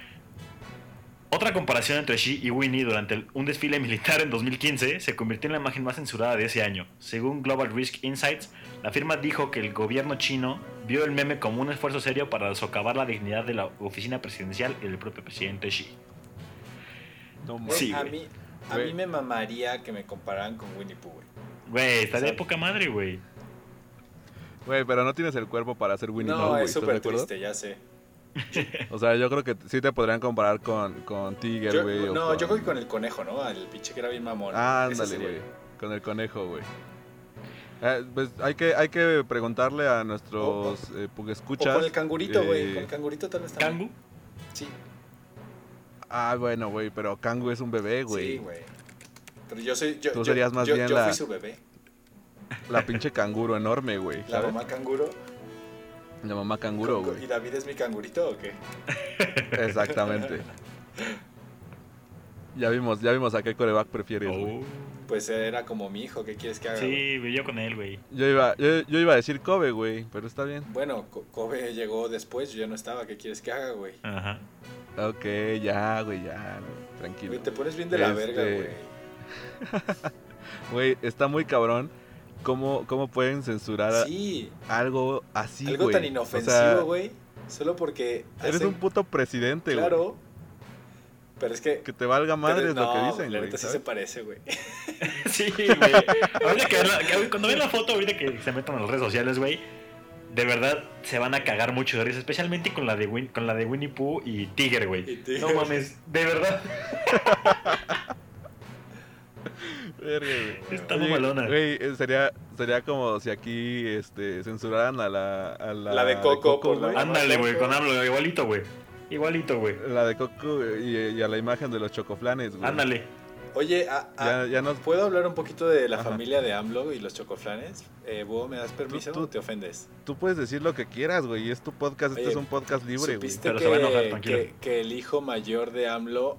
E: Otra comparación entre Xi y Winnie durante el- un desfile militar en 2015 se convirtió en la imagen más censurada de ese año. Según Global Risk Insights, la firma dijo que el gobierno chino vio el meme como un esfuerzo serio para socavar la dignidad de la oficina presidencial y del propio presidente Xi.
A: No mames.
C: Güey,
E: Sí,
C: a
E: güey.
C: mí, a
A: Güey.
C: mí me mamaría que me compararan con Winnie Pooh, güey.
E: Güey, está de
C: Exacto.
E: poca madre, güey.
A: Güey, pero no tienes el cuerpo para hacer Winnie the Pooh,
C: No,
A: güey,
C: es
A: ¿estás de
C: súper
A: acuerdo?
C: triste, ya sé.
A: O sea, yo creo que sí te podrían comparar con, con Tiger,
C: Yo-
A: güey. o
C: no, yo creo que con el conejo, ¿no? El pinche que era bien mamón.
A: Ah,
C: Ese
A: ándale,
C: sería.
A: güey. Con el conejo, güey. Eh, pues hay que, hay que preguntarle a nuestros eh,
C: Oh, O
A: escuchas.
C: con el cangurito, güey.
A: eh,
C: Con el cangurito tal vez también.
E: ¿Kangu?
C: Sí,
A: Ah, bueno, güey, pero Kangu es un bebé,
C: sí,
A: güey.
C: güey. Pero yo soy. Yo,
A: Tú
C: yo-
A: serías más
C: yo-
A: bien
C: yo
A: la-
C: fui su bebé.
A: la pinche canguro enorme, güey.
C: La
A: ¿sabes?
C: mamá canguro.
A: La mamá canguro,
C: Con-
A: güey.
C: ¿Y David es mi cangurito o qué? [LAUGHS]
A: Exactamente. Ya vimos, ya vimos a qué coreback prefieres, güey.
E: Oh.
C: Pues era como mi hijo, ¿qué quieres que haga? güey?
E: Sí, vivió con él, güey.
A: Yo iba, yo, yo iba a decir Kobe, güey, pero está bien.
C: Bueno, Co- Kobe llegó después, yo ya no estaba, ¿qué quieres que haga, güey?
E: Ajá.
A: Ok, ya, güey, ya, güey,
C: Güey,
A: tranquilo.
C: te pones bien de la verga,
A: Este-
C: güey.
A: Güey, está muy cabrón cómo, cómo pueden censurar a-
C: Sí,
A: algo así, güey.
C: algo tan
A: O
C: inofensivo,
A: sea,
C: güey. solo porque.
A: Eres
C: hacen-
A: un puto presidente, güey.
C: Claro. Pero es que.
A: Que te valga madre
C: pero-
A: es lo que
C: no,
A: dicen,
C: La
A: güey.
C: neta sí se
A: ¿sabes?
C: parece, güey. [LAUGHS]
E: [LAUGHS] Sí, güey. Ahorita que ven la- que- cuando vean la foto, ahorita que se metan a las redes sociales, güey, de verdad se van a cagar mucho de risa, especialmente con la de, Win- con la de Winnie Pooh y Tiger,
C: Y
E: güey.
C: Tiger.
E: No mames, de verdad.
A: [LAUGHS] Verga, güey.
E: Está
A: Oye,
E: mamalona.
A: Güey, eh, sería, sería como si aquí este, censuraran a la, a la,
C: La de Coco por la-
A: güey.
E: [LAUGHS] Ándale, güey, con AMLO, igualito, güey. Igualito, güey.
A: La de Coco y, y a la imagen de los chocoflanes, güey.
E: Ándale.
C: Oye, a- a-
A: Ya, ya nos...
C: ¿puedo hablar un poquito de la
A: Ajá.
C: familia de AMLO y los chocoflanes? Eh, Búho, ¿me das permiso?
A: tú-
C: ¿Te ofendes?
A: Tú puedes decir lo que quieras, güey. Es tu podcast. Este
C: Oye,
A: es un podcast libre, güey.
C: ¿Supiste
E: Pero
C: que,
E: se va a enojar, tranquilo.
C: que- que el hijo mayor de AMLO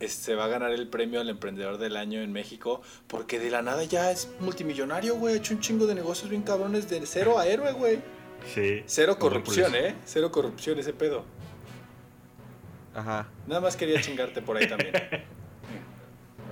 C: es- se va a ganar el premio al emprendedor del año en México? Porque de la nada ya es multimillonario, güey. Ha hecho un chingo de negocios bien cabrones de cero a héroe, güey.
E: Sí.
A: pues
C: Cero
E: Como
C: corrupción,
E: Hércules.
C: ¿eh? Cero corrupción ese pedo.
A: Ajá.
C: Nada más quería chingarte por ahí también.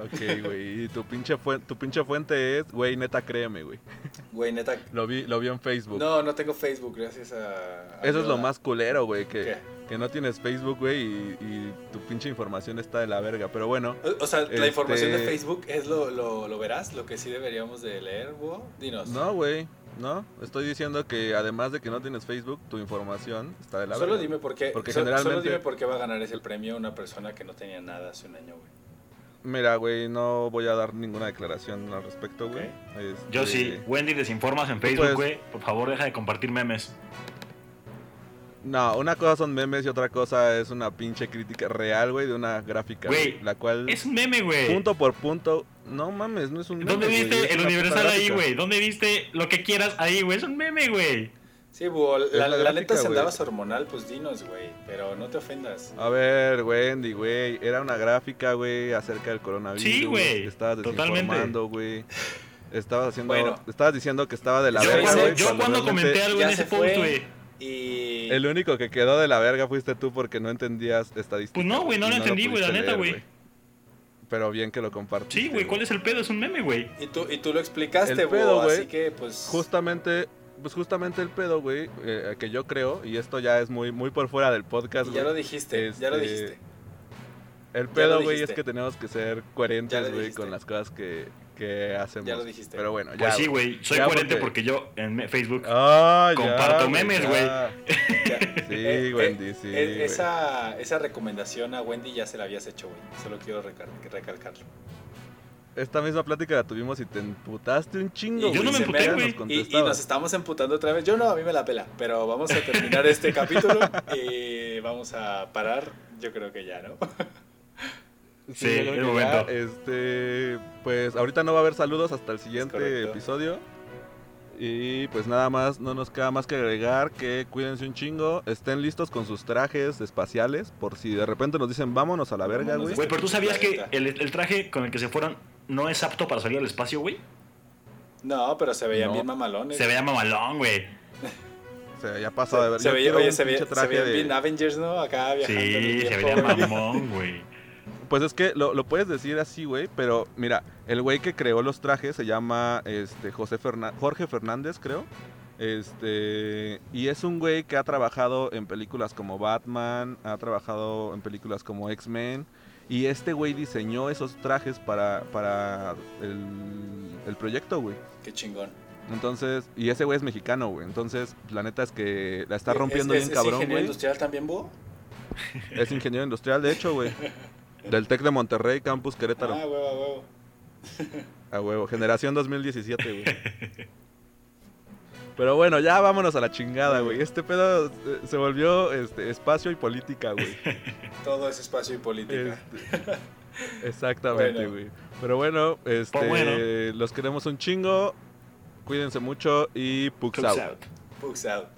A: Ok, güey. Y tu pinche, fuente, tu pinche fuente es, güey, neta, créeme, güey.
C: [LAUGHS] Güey, neta.
A: Lo vi, lo vi en Facebook.
C: No, no tengo Facebook, gracias a. a
A: Eso es lo
C: Yoda.
A: más culero, güey. Que,
C: ¿Qué?
A: que no tienes Facebook, güey, y, y tu pinche información está de la verga. Pero bueno,
C: O, o sea,
A: Este-
C: la información de Facebook es lo, lo, lo verás, lo que sí deberíamos de leer, Búho. Dinos.
A: no, güey. No, estoy diciendo que además de que no tienes Facebook, tu información está de la
C: solo
A: verga.
C: dime por qué.
A: Porque
C: so- Solo
A: generalmente-
C: dime por qué va a ganar ese premio una persona que no tenía nada hace un año, güey.
A: Mira, güey, no voy a dar ninguna declaración al respecto, güey.
C: eh.
A: Este,
E: Yo sí. Wendy, desinformas en
A: puedes-
E: Facebook, güey. Por favor, deja de compartir memes.
A: No, una cosa son memes y otra cosa es una pinche crítica real, güey, de una gráfica.
E: Güey,
A: La cual,
E: Es un meme, güey.
A: punto por punto. No mames, no es un meme.
E: ¿Dónde
A: güey,
E: viste
A: es
E: el
A: una puta
E: universal ahí,
A: gráfica.
E: güey? ¿Dónde viste lo que quieras ahí, güey? Es un meme, güey.
C: Sí, Búho,
A: la
C: la, la,
A: gráfica,
C: neta, si
A: güey.
C: andabas hormonal, pues dinos, güey, pero no te ofendas.
A: A ver, Wendy, güey. Era una gráfica, güey, acerca del coronavirus.
E: Sí, güey,
A: Te Estabas
E: totalmente.
A: desinformando, güey. Estabas haciendo.
C: Bueno.
A: Estabas diciendo que estaba de la
E: yo
A: verga.
E: cuando,
A: güey,
E: yo cuando
A: realmente
E: comenté algo
C: ya
E: en ese
C: se
E: post,
C: fue.
E: güey.
C: Y
A: El único que quedó de la verga fuiste tú porque no entendías estadísticas.
E: Pues no, güey, no
A: y
E: lo entendí, güey, la
A: pudiste
E: neta, güey.
A: Pero bien que lo compartiste.
E: Sí, güey, ¿cuál es el pedo? Es un meme, güey.
C: Y tú, y tú lo explicaste,
A: El pedo,
C: Búho,
A: güey,
C: así que pues...
A: Justamente, pues justamente el pedo, güey, eh, que yo creo, y esto ya es muy, muy por fuera del podcast,
C: y ya
A: güey.
C: lo dijiste, ya lo
A: Este,
C: dijiste.
A: El pedo,
C: lo
A: güey, es
C: dijiste.
A: que tenemos que ser
C: Ya
A: coherentes,
C: lo
A: güey,
C: dijiste.
A: con las cosas que, que hacemos.
C: Ya lo dijiste.
A: Pero bueno, ya.
E: Pues sí, güey. Soy
A: Ya,
E: coherente
A: porque-
E: porque... yo en me- Facebook.
A: Ah, ya,
E: Comparto memes,
A: ya.
E: güey.
C: Ya.
A: Sí, Wendy, sí.
C: E-
A: güey.
C: esa, esa recomendación a Wendy ya se la habías hecho, güey. Solo quiero recal- recalcarlo.
A: Esta misma plática la tuvimos y te emputaste un chingo.
C: Y yo no
A: güey,
C: me
A: ni
C: emputé,
A: siquiera
E: güey.
A: nos
C: Y, y
A: contestabas.
C: nos estamos emputando otra vez. Yo no, a mí me la pela. Pero vamos a
A: [LAUGHS]
C: terminar este capítulo y vamos a parar. Yo creo que ya, ¿no?
E: Sí,
A: yo creo
E: el
A: que
E: momento.
A: ya, Este, pues ahorita no va a haber saludos hasta el siguiente
C: correcto.
A: episodio. Y pues nada más, no nos queda más que agregar que cuídense un chingo, estén listos con sus trajes espaciales por si de repente nos dicen vámonos a la verga,
C: Vámonos
A: güey.
E: Güey, pero tú sabías que
C: Planeta.
E: el, el traje con el que se fueron no es apto para salir al espacio, güey.
C: No, pero se veían
A: No.
C: bien mamalones.
E: Se veía mamalón, güey.
A: Se, ya pasó de ver.
C: Se
A: yo
C: veía,
A: quiero
C: oye,
A: un
C: se veía,
A: pinche
C: se veían
A: de-
C: bien ah. Avengers, ¿no? Acá viajando. en
E: Sí,
C: el
E: se
C: tiempo,
E: veía
C: güey.
E: mamón, güey.
A: Pues es que lo, lo puedes decir así, güey, pero mira, el güey que creó los trajes se llama este, José Ferna- Jorge Fernández, creo. Este, y es un güey que ha trabajado en películas como Batman, ha trabajado en películas como X-Men. Y este güey diseñó esos trajes para, para el, el proyecto, güey.
C: Qué chingón.
A: Entonces, y ese güey es mexicano, güey. Entonces, la neta es que la está
C: Güey,
A: rompiendo
C: Eh, es- es-
A: bien cabrón,
C: ¿Es ingeniero
A: güey.
C: industrial también, Búho?
A: Es ingeniero industrial, de hecho, güey. Del TEC de Monterrey, Campus Querétaro.
C: Ah, huevo, huevo.
A: A huevo, generación 2017, güey. Pero bueno, ya vámonos a la chingada, güey. Este pedo eh, se volvió este, espacio y política, güey.
C: Todo es espacio y política.
A: Este, exactamente,
C: Bueno.
A: güey. Pero bueno, este,
E: Pues bueno.
A: los queremos un chingo. Cuídense mucho y pugs
E: Cooks
A: out.
E: out.
C: Books out.